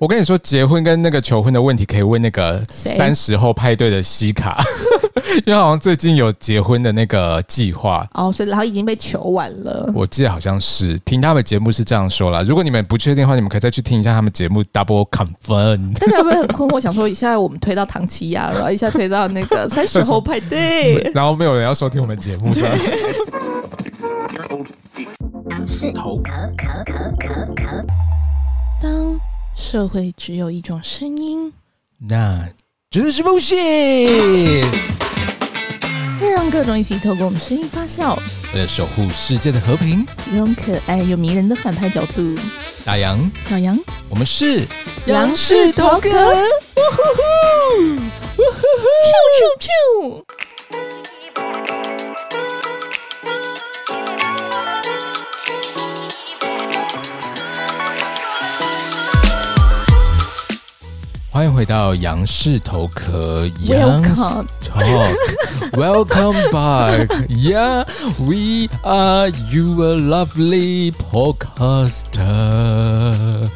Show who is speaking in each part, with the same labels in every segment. Speaker 1: 我跟你说，结婚跟那个求婚的问题，可以问那个
Speaker 2: 谁
Speaker 1: 三十后派对的西卡， 因为好像最近有结婚的那个计划，
Speaker 2: 哦，所以然后已经被求完了。
Speaker 1: 我记得好像是听他们节目是这样说啦。如果你们不确定的话，你们可以再去听一下他们节目 Double Confirm。，
Speaker 2: 大家会不会很困惑？想说一下我们推到唐奇亚，然后一下推到那个三十后派对
Speaker 1: 然后没有人要收听我们节目的，
Speaker 2: 当社会只有一种声音，
Speaker 1: 那绝对是不信。
Speaker 2: 会让各种议题透过我们声音发酵，
Speaker 1: 为了守护世界的和平，
Speaker 2: 用可爱又迷人的反派角度，
Speaker 1: 大洋，
Speaker 2: 小羊
Speaker 1: 我们是
Speaker 2: 杨氏同格，呜呼呼，咻咻咻！
Speaker 1: 欢迎回到杨氏头壳
Speaker 2: Welcome
Speaker 1: Young's Talk。Welcome back. Yeah, we are your lovely podcaster.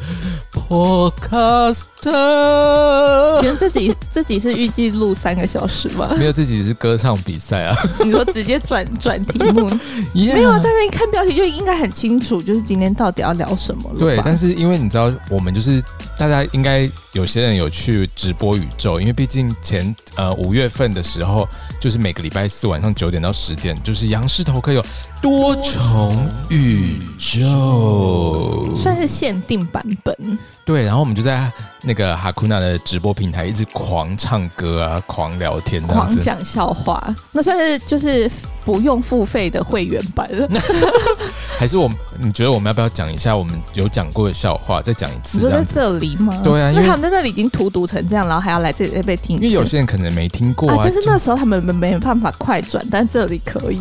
Speaker 1: Podcaster.
Speaker 2: 请问自己自己是预计录三个小时吗？
Speaker 1: 没有，自己是歌唱比赛啊。
Speaker 2: 你说直接转转题目，
Speaker 1: Yeah
Speaker 2: 没有啊？大家一看标题就应该很清楚，就是今天到底要聊什么了吧。
Speaker 1: 对，但是因为你知道，我们就是大家应该有些人有去直播宇宙，因为毕竟前呃五月份的时候，就是每个礼拜四晚上九点到十点，就是杨氏头壳有多重宇宙，
Speaker 2: 算是限定版本。
Speaker 1: 对，然后我们就在那个哈库纳的直播平台一直狂唱歌啊，狂聊天这样
Speaker 2: 狂
Speaker 1: 子。
Speaker 2: 讲笑话，那算是就是不用付费的会员版。
Speaker 1: 还是我们，你觉得我们要不要讲一下我们有讲过的笑话，再讲一
Speaker 2: 你
Speaker 1: 次
Speaker 2: 说
Speaker 1: 这
Speaker 2: 在
Speaker 1: 样子？
Speaker 2: 这里吗？
Speaker 1: 对啊因为
Speaker 2: 因为他们在那里已经荼毒成这样，然后还要来这里再被听一
Speaker 1: 因
Speaker 2: 次，
Speaker 1: 为有些人可能没听过
Speaker 2: 啊
Speaker 1: 啊，
Speaker 2: 但是
Speaker 1: 就
Speaker 2: 那时候他们没没办法快转，但这里 可以，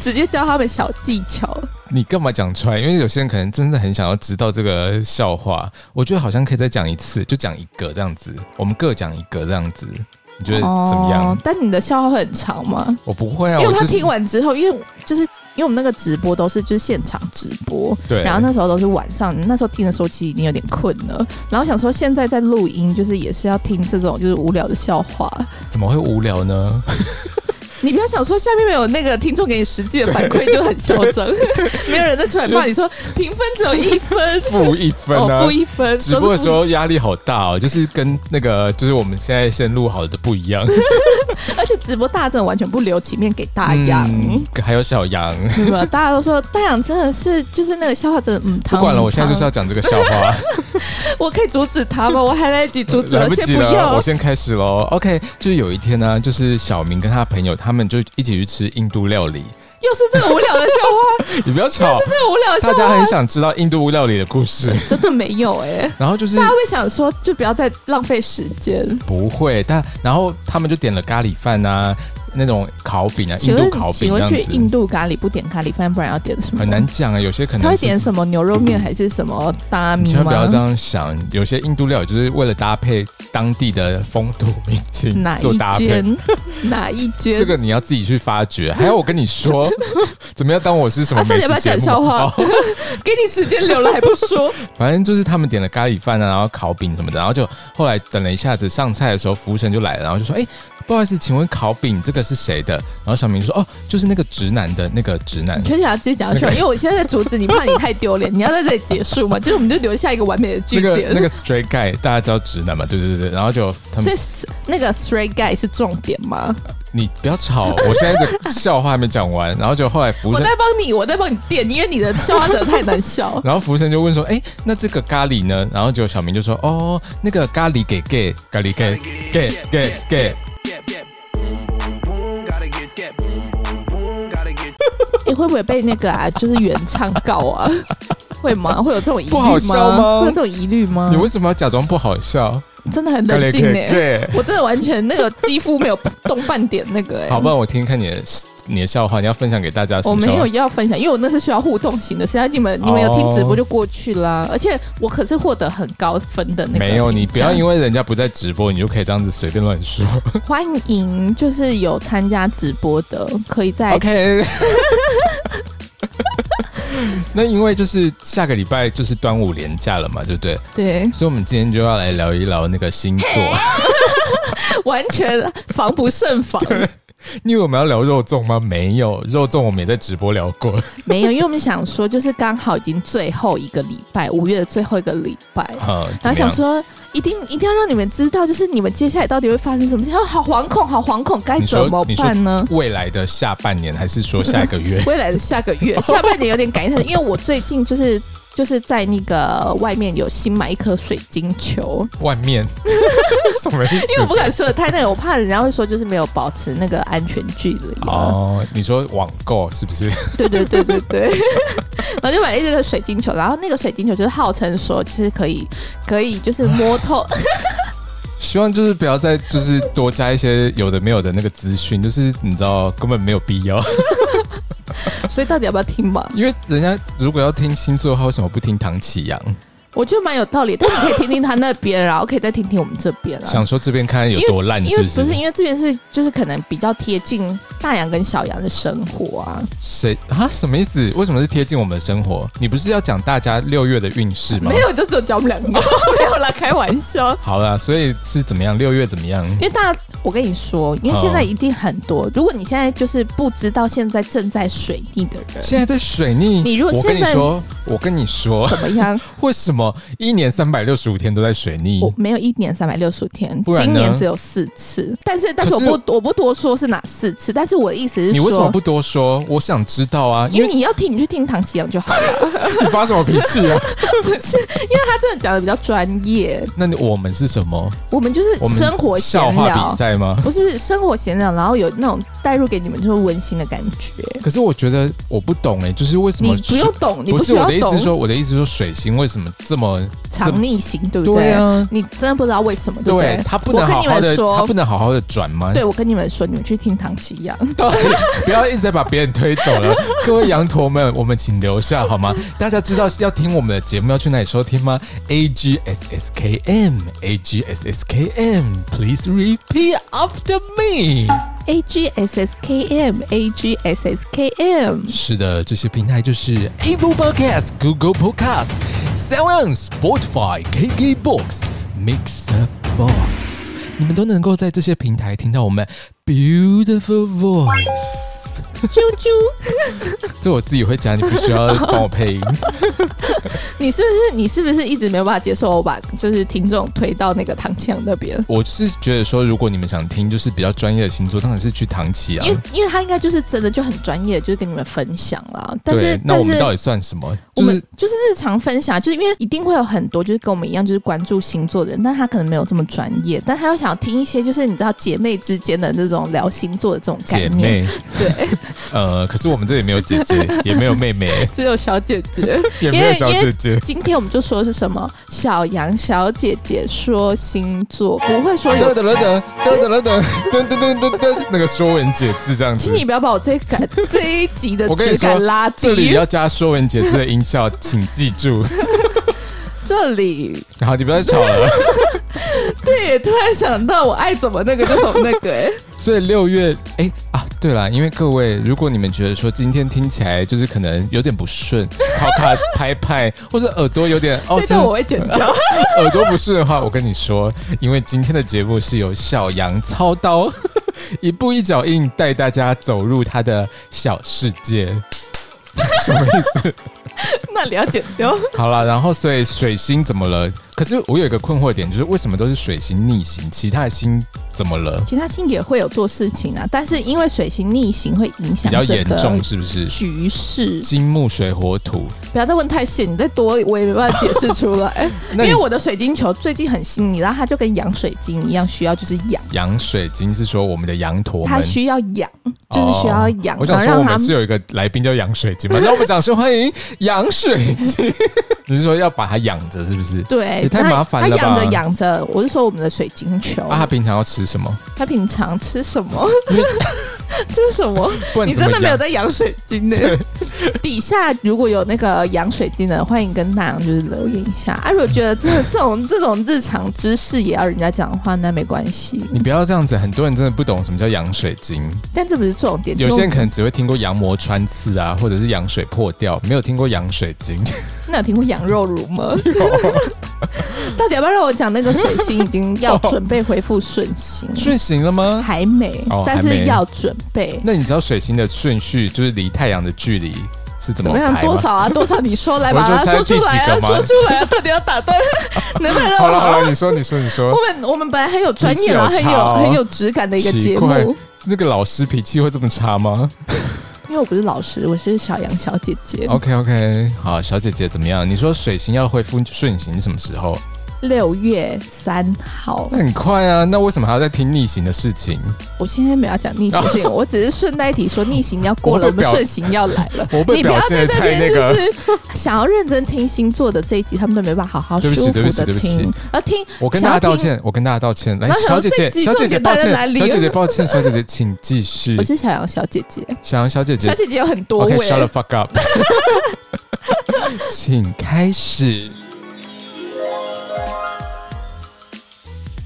Speaker 2: 直接教他们小技巧。
Speaker 1: 你干嘛讲出来？因为有些人可能真的很想要知道这个笑话，我觉得好像可以再讲一次，就讲一个这样子，我们各讲一个这样子，你觉得怎么样？
Speaker 2: 哦？但你的笑话会很长吗？
Speaker 1: 我不会啊，
Speaker 2: 因
Speaker 1: 我
Speaker 2: 为他
Speaker 1: 就是
Speaker 2: 听完之后，因为就是因为我们那个直播都是就是现场直播，
Speaker 1: 对，
Speaker 2: 然后那时候都是晚上，那时候听的时候其实已经有点困了。然后想说现在在录音，就是也是要听这种就是无聊的笑话。
Speaker 1: 怎么会无聊 呢？
Speaker 2: 你不要想说下面没有那个听众给你实际的反馈就很嚣张， 没有人在出来骂你说评分只有一分，
Speaker 1: 负一分
Speaker 2: 哦
Speaker 1: 啊
Speaker 2: 负！一分，
Speaker 1: 直播的时
Speaker 2: 都
Speaker 1: 候压力好大哦，就是跟那个就是我们现在先录好的不一样。
Speaker 2: 是负，而且直播大家真的完全不留情面给大洋。
Speaker 1: 嗯，还有小 杨，
Speaker 2: 对吧？大家都说大洋真的是，就是那个笑话真的，嗯，
Speaker 1: 不
Speaker 2: 汤
Speaker 1: 管了，我现在就是
Speaker 2: 要，
Speaker 1: 要讲这个笑 话。
Speaker 2: 我可以阻止他吗？我还来得及阻止
Speaker 1: 来
Speaker 2: 吗，
Speaker 1: 不
Speaker 2: 先
Speaker 1: 及
Speaker 2: 不
Speaker 1: 了，
Speaker 2: 要
Speaker 1: 我。先开始喽。OK，就是有一天呢、就是小明跟他朋友他们就一起去吃印度料理。
Speaker 2: 又是这个无聊的笑 话，
Speaker 1: 你不要吵
Speaker 2: 又是，这个无聊的笑
Speaker 1: 大
Speaker 2: 话，
Speaker 1: 家很想知道印度料理的故事。
Speaker 2: 真的没有哎、
Speaker 1: 然后就是
Speaker 2: 大家会想说，就不要再浪费时间。
Speaker 1: 不会，但然后他们就点了咖喱饭啊，那种烤饼啊，印
Speaker 2: 请
Speaker 1: 度
Speaker 2: 问
Speaker 1: 烤，饼
Speaker 2: 请
Speaker 1: 这
Speaker 2: 问
Speaker 1: 样
Speaker 2: 去印
Speaker 1: 子，
Speaker 2: 度咖喱不点咖喱饭，不然要点什么？
Speaker 1: 很难。讲啊。有些可
Speaker 2: 他
Speaker 1: 能
Speaker 2: 会
Speaker 1: 是
Speaker 2: 点什么牛肉面还是什么大米
Speaker 1: 你
Speaker 2: 吗？
Speaker 1: 千万不要这样想，有些印度料理就是为了搭配当地的风土民情
Speaker 2: 哪
Speaker 1: 做
Speaker 2: 一
Speaker 1: 搭配。
Speaker 2: 间？哪一间？
Speaker 1: 这个你要自己去发掘。还有，我跟你 说，怎么样当我是什么
Speaker 2: 啊，到
Speaker 1: 美
Speaker 2: 底要不
Speaker 1: 食
Speaker 2: 要
Speaker 1: 节
Speaker 2: 讲
Speaker 1: 目？
Speaker 2: 笑话？
Speaker 1: 哦
Speaker 2: 给你时间留了还 不说，
Speaker 1: 反正就是他们点了咖喱饭啊，然后烤饼什么的，然后就后来等了一下子上菜的时候，服务生就来了，然后就说：“哎、不好意思，请问烤饼这个是谁的？”然后小明就说：“哦，就是那个直男的那个直男
Speaker 2: 你。确定要继续讲下 去吗？因为我现在在阻止你，怕你太丢脸。你要在这里结束嘛？就是我们就留下一个完美的”句
Speaker 1: 那个
Speaker 2: 点。
Speaker 1: 那个 straight guy，大家知道直男嘛？对对对对，然后就他
Speaker 2: 所
Speaker 1: 们，
Speaker 2: 以是那个 straight guy 是重点吗？
Speaker 1: 你不要吵，我现在的笑话还没讲完，然后就后来服务
Speaker 2: 我
Speaker 1: 生。
Speaker 2: 在，帮你，我在帮你垫，因为你的笑话真的太难笑
Speaker 1: 然后服务生就问说：“哎、那这个咖喱呢？”然后结果小明就说：“哦，那个咖喱给 gay，咖喱给 gay gay gay。
Speaker 2: 你、会不会被那个啊，就是原唱告啊？ 会吗？会有这种疑虑
Speaker 1: 不好笑吗
Speaker 2: 会有这种疑虑吗
Speaker 1: 你？为什么要假装不好笑？
Speaker 2: 真的很
Speaker 1: 咖
Speaker 2: 嗯冷
Speaker 1: 喱
Speaker 2: 静
Speaker 1: 给
Speaker 2: 哎、
Speaker 1: gay。
Speaker 2: 我真的完全那个肌肤没有动半点那个哎、
Speaker 1: 好，不然我听听看你的你的笑话，你要分享给大家什
Speaker 2: 我
Speaker 1: 么
Speaker 2: 没
Speaker 1: 笑话
Speaker 2: 有？要分享，因为我那是需要互动型的。现在你们
Speaker 1: 哦
Speaker 2: 你们有听直播就过去啦，而且我可是获得很高分的那个。
Speaker 1: 没有，你不要因
Speaker 2: 为
Speaker 1: 为人家不在直播，你就可以这样子随便乱 说。
Speaker 2: 欢迎就是哎有参加直播的，可以在
Speaker 1: OK， 那因为就是下个礼拜就是端午连假了嘛，对不对？
Speaker 2: 对，
Speaker 1: 所以我们今天就要来聊一聊那个星座。
Speaker 2: 完全防不胜防。
Speaker 1: 你以为我们要聊肉粽吗？没有，肉粽我们也在直播聊过。
Speaker 2: 没有，因为我们想说，就是刚好已经最后一个礼拜，五月的最后一个礼拜，
Speaker 1: 哈，啊怎
Speaker 2: 然
Speaker 1: 么
Speaker 2: 后想
Speaker 1: 样？
Speaker 2: 说，一定一定要让你们知道，就是你们接下来到底会发生什么事。哦，好惶恐，好惶恐，该
Speaker 1: 你
Speaker 2: 怎么
Speaker 1: 说你
Speaker 2: 办呢？
Speaker 1: 说？未来的下半年，还是说下一个月
Speaker 2: 未来的下个月，下半年有点感应，因为我最近就是就是在那个外面有新买一颗水晶球，
Speaker 1: 外 面什么意思？
Speaker 2: 因为我不敢说的太那个，我怕人家会说就是没有保持那个安全距离、啊。
Speaker 1: 哦，你说网购是不是？
Speaker 2: 对对对对 对，然后就买了这个水晶球，然后那个水晶球就是号称说就是可以可以就是摸透，
Speaker 1: 希望就是不要再就是多加一些有的没有的那个资讯，就是你知道根本没有必 要，
Speaker 2: 所以到底要不要听嘛？
Speaker 1: 因为人家如果要听星座的话，为什么不听唐启阳？
Speaker 2: 我觉得蛮有道理，但你可以听听他那边，然后可以再听听我们这边啊。
Speaker 1: 想说这边看看有多烂，
Speaker 2: 因
Speaker 1: 是
Speaker 2: 为
Speaker 1: 不
Speaker 2: 不是
Speaker 1: 是？
Speaker 2: 因为这边是就是可能比较贴近大洋跟小洋的生活啊，
Speaker 1: 谁啊？什么意思？为什么是贴近我们的生活？你不是要讲大家六月的运势吗
Speaker 2: 没？有就只有教我们两个， 没有啦，开玩笑。
Speaker 1: 好啦，所以是怎么样？六月怎么样？
Speaker 2: 因为大家，我跟你说，因为现
Speaker 1: 哦
Speaker 2: 在一定很多，如果你现在就是不知道现在正在水逆的人
Speaker 1: 现在在水逆，
Speaker 2: 你如果
Speaker 1: 我跟你
Speaker 2: 现在
Speaker 1: 说，我跟你说，
Speaker 2: 怎么样，
Speaker 1: 为什么一年三百六十五天都在水逆？
Speaker 2: 我没有一年三百六十五天，
Speaker 1: 嗯不然呢
Speaker 2: 今年只有四次，但是但是我
Speaker 1: 可是
Speaker 2: 不我不多说是哪四次，但是我的意思是说，
Speaker 1: 你为什么不多说？我想知道啊，因
Speaker 2: 因
Speaker 1: 为
Speaker 2: 为你要听，你去听唐奇阳 就好了。
Speaker 1: 你发什么脾气啊？
Speaker 2: 他真的讲的比较专业，
Speaker 1: 那你我们是什么？
Speaker 2: 我们就是
Speaker 1: 我们
Speaker 2: 生活闲
Speaker 1: 笑话
Speaker 2: 聊
Speaker 1: 比，赛吗？
Speaker 2: 不是不是生活闲聊，然后有那种带入给你们就是温馨的感觉。
Speaker 1: 可是我觉得我不懂哎、就是为什
Speaker 2: 你
Speaker 1: 么
Speaker 2: 不用懂，你
Speaker 1: 不
Speaker 2: 需
Speaker 1: 是我
Speaker 2: 要
Speaker 1: 的意思是
Speaker 2: 懂
Speaker 1: 说，我的意思是说水星为什么这么
Speaker 2: 藏逆行，对不
Speaker 1: 对啊？
Speaker 2: 你真的不知道为什么，对不
Speaker 1: 对
Speaker 2: 对？
Speaker 1: 他不能
Speaker 2: 我跟
Speaker 1: 好
Speaker 2: 你
Speaker 1: 好
Speaker 2: 们
Speaker 1: 的，他
Speaker 2: 说
Speaker 1: 不，能好好的转吗？
Speaker 2: 对，我跟你们说，你们去听唐奇阳，
Speaker 1: 到底 不要一直在把别人推走 了。各位羊驼们，我们请留下好吗？大家知道要听我们的节目要去哪里收听吗？A G S S K M A G S S K M，please repeat after me。
Speaker 2: A G S S K M A G S S K M，
Speaker 1: 是的，这些平台就是 Apple Podcast、Google Podcast、Sound、Spotify、KKBox、Mixer Box，你们都能够在这些平台听到我们 beautiful voice。
Speaker 2: 啾啾，
Speaker 1: 这我自己会讲，你不需要帮我 配音。
Speaker 2: 你是不是你是不是一直没有办法接受我把就是听众推到那个唐奇阳那边？
Speaker 1: 我是觉得说，如果你们想听就是比较专业的星座，当然是去唐琪啊
Speaker 2: 因。为因为他应该就是真的就很专业，就是跟你们分享啦。但是
Speaker 1: 对，那我
Speaker 2: 但
Speaker 1: 们
Speaker 2: 是
Speaker 1: 到底算什么？
Speaker 2: 我
Speaker 1: 就
Speaker 2: 们
Speaker 1: 是
Speaker 2: 就是日常分享，就是因为一定会有很多就是跟我们一样就是关注星座的人，但他可能没有这么专业，但他又想要听一些就是你知道姐妹之间的这种聊星座的这种概
Speaker 1: 姐
Speaker 2: 念，
Speaker 1: 妹，
Speaker 2: 对，
Speaker 1: 呃，可是我们这里没有姐姐，也没有妹妹，
Speaker 2: 只有小姐 姐。
Speaker 1: 也没有小
Speaker 2: 因为因
Speaker 1: 姐
Speaker 2: 为
Speaker 1: 姐。
Speaker 2: 今天我们就说是什么小杨小姐姐说星座，不会说
Speaker 1: 噔
Speaker 2: 有。
Speaker 1: 噔噔噔噔噔噔噔噔噔噔，那个《说文解字》这样子
Speaker 2: 请。你不要把我这一 感这一集的
Speaker 1: 我跟你
Speaker 2: 质
Speaker 1: 说
Speaker 2: 感拉，低。
Speaker 1: 这里啊要加《说文解字》的音效，请记住。
Speaker 2: 这里
Speaker 1: 然后你不要再吵了。
Speaker 2: 对，突然想到我爱怎么那个就怎么那个、哎，
Speaker 1: 所以六月，哎、啊，对了，因为各位，如果你们觉得说今天听起来就是可能有点不顺，靠卡拍拍，或者耳朵有点 哦，
Speaker 2: 这
Speaker 1: 真
Speaker 2: 段
Speaker 1: 的
Speaker 2: 我会剪掉。
Speaker 1: 耳朵不顺的话，我跟你说，因为今天的节目是由小杨操刀， 一步一脚印带大家走入他的小世界。什么意思？
Speaker 2: 那里要剪掉。
Speaker 1: 好了，然后所以水星怎么了？可是我有一个困惑点，就是为什么都是水星逆行，其他的星怎么了？
Speaker 2: 其他星也会有做事情啊，但是因为水星逆行会影
Speaker 1: 比
Speaker 2: 响
Speaker 1: 较
Speaker 2: 整
Speaker 1: 严
Speaker 2: 个
Speaker 1: 重是不是？
Speaker 2: 局势。
Speaker 1: 金木水火土，
Speaker 2: 不要再问太细，你再多我也没办法解释出来。因
Speaker 1: 那你
Speaker 2: 为我的水晶球最近很心仪，然后它就跟养水晶一样，需要就是养，
Speaker 1: 羊水晶是说我们的羊驼
Speaker 2: 它
Speaker 1: 们。哦
Speaker 2: 需要养，就是需要养，
Speaker 1: 我想
Speaker 2: 然后
Speaker 1: 说，我
Speaker 2: 让它
Speaker 1: 们是有一个来宾叫羊水晶嘛，让我们掌声欢迎羊水晶。你是说要把它养着，是不是？
Speaker 2: 对
Speaker 1: 也，太
Speaker 2: 它
Speaker 1: 麻烦了
Speaker 2: 它
Speaker 1: 吧
Speaker 2: 养着养着，
Speaker 1: 啊
Speaker 2: 我是说我们的水晶球，
Speaker 1: 啊，它平常要吃什么？
Speaker 2: 它平常吃什么？这是什么？
Speaker 1: 不然
Speaker 2: 你
Speaker 1: 怎么
Speaker 2: 真的没有
Speaker 1: 样？
Speaker 2: 在养水晶的。 底下如果有那个养水晶的，欢迎跟大洋就是留言一下。啊，如果觉得这这种这种日常知识也要人家讲的话，那没关系。
Speaker 1: 你不要这样子，很多人真的不懂什么叫羊水晶。
Speaker 2: 但这不是重点，
Speaker 1: 有些人
Speaker 2: 就
Speaker 1: 可能只会听过羊膜穿刺啊，或者是羊水破掉，没有听过羊水 晶。
Speaker 2: 那有听过羊肉乳吗？ 到底要不要让我讲那个水星已经要准备恢复顺行？
Speaker 1: 顺行了吗？
Speaker 2: 还没
Speaker 1: 哦，
Speaker 2: 但
Speaker 1: 还
Speaker 2: 是
Speaker 1: 没
Speaker 2: 要准备。
Speaker 1: 那你知道水星的顺序就是离太阳的距离是怎
Speaker 2: 怎
Speaker 1: 么
Speaker 2: 么样？
Speaker 1: 排
Speaker 2: 多
Speaker 1: 吗？
Speaker 2: 少啊？多少？你说来把
Speaker 1: 我说
Speaker 2: 它
Speaker 1: 猜
Speaker 2: 说出来啊！
Speaker 1: 第几个吗
Speaker 2: 说出来啊！到底要打断？ 能不能让
Speaker 1: 好
Speaker 2: 我
Speaker 1: 了
Speaker 2: 好
Speaker 1: 好
Speaker 2: 好
Speaker 1: 了，你说你说你说
Speaker 2: 我，们我们本来很有专业，然后啊
Speaker 1: 脾
Speaker 2: 很
Speaker 1: 气有
Speaker 2: 有
Speaker 1: 差哦
Speaker 2: 很有质感的一个节
Speaker 1: 奇
Speaker 2: 目，
Speaker 1: 怪，那个老师脾气会这么差 吗
Speaker 2: 因为我不是老师，我是小杨小姐姐。
Speaker 1: ？OK OK，好，小姐姐怎么样？你说水星要恢复顺行是什么时候？
Speaker 2: 六月三号
Speaker 1: 那，很快啊，那为什么还要再听逆行的事情？
Speaker 2: 我现在没有要讲逆行 性，我只是顺带一提说逆行要过了，
Speaker 1: 我
Speaker 2: 我
Speaker 1: 被
Speaker 2: 们
Speaker 1: 表
Speaker 2: 顺行要来了。
Speaker 1: 我被
Speaker 2: 你不
Speaker 1: 表
Speaker 2: 要在
Speaker 1: 现的
Speaker 2: 那
Speaker 1: 太
Speaker 2: 边
Speaker 1: 那
Speaker 2: 就
Speaker 1: 个，
Speaker 2: 是想要认真听星座的这一集，他们都没办法好好
Speaker 1: 对
Speaker 2: 舒
Speaker 1: 不起对不
Speaker 2: 服
Speaker 1: 起
Speaker 2: 的
Speaker 1: 对不起
Speaker 2: 听，而听
Speaker 1: 我跟大家
Speaker 2: 想要
Speaker 1: 道
Speaker 2: 听
Speaker 1: 歉，我跟大家道歉。来，
Speaker 2: 然后想
Speaker 1: 小
Speaker 2: 说
Speaker 1: 姐姐，
Speaker 2: 这集
Speaker 1: 小姐姐
Speaker 2: 重点
Speaker 1: 抱
Speaker 2: 在
Speaker 1: 歉，
Speaker 2: 哪里
Speaker 1: 小姐姐抱歉，小姐姐请继续
Speaker 2: 我。是小杨小姐姐，
Speaker 1: 小杨小姐姐
Speaker 2: 小姐姐有很多位。
Speaker 1: ，OK，shut the fuck up，请开始。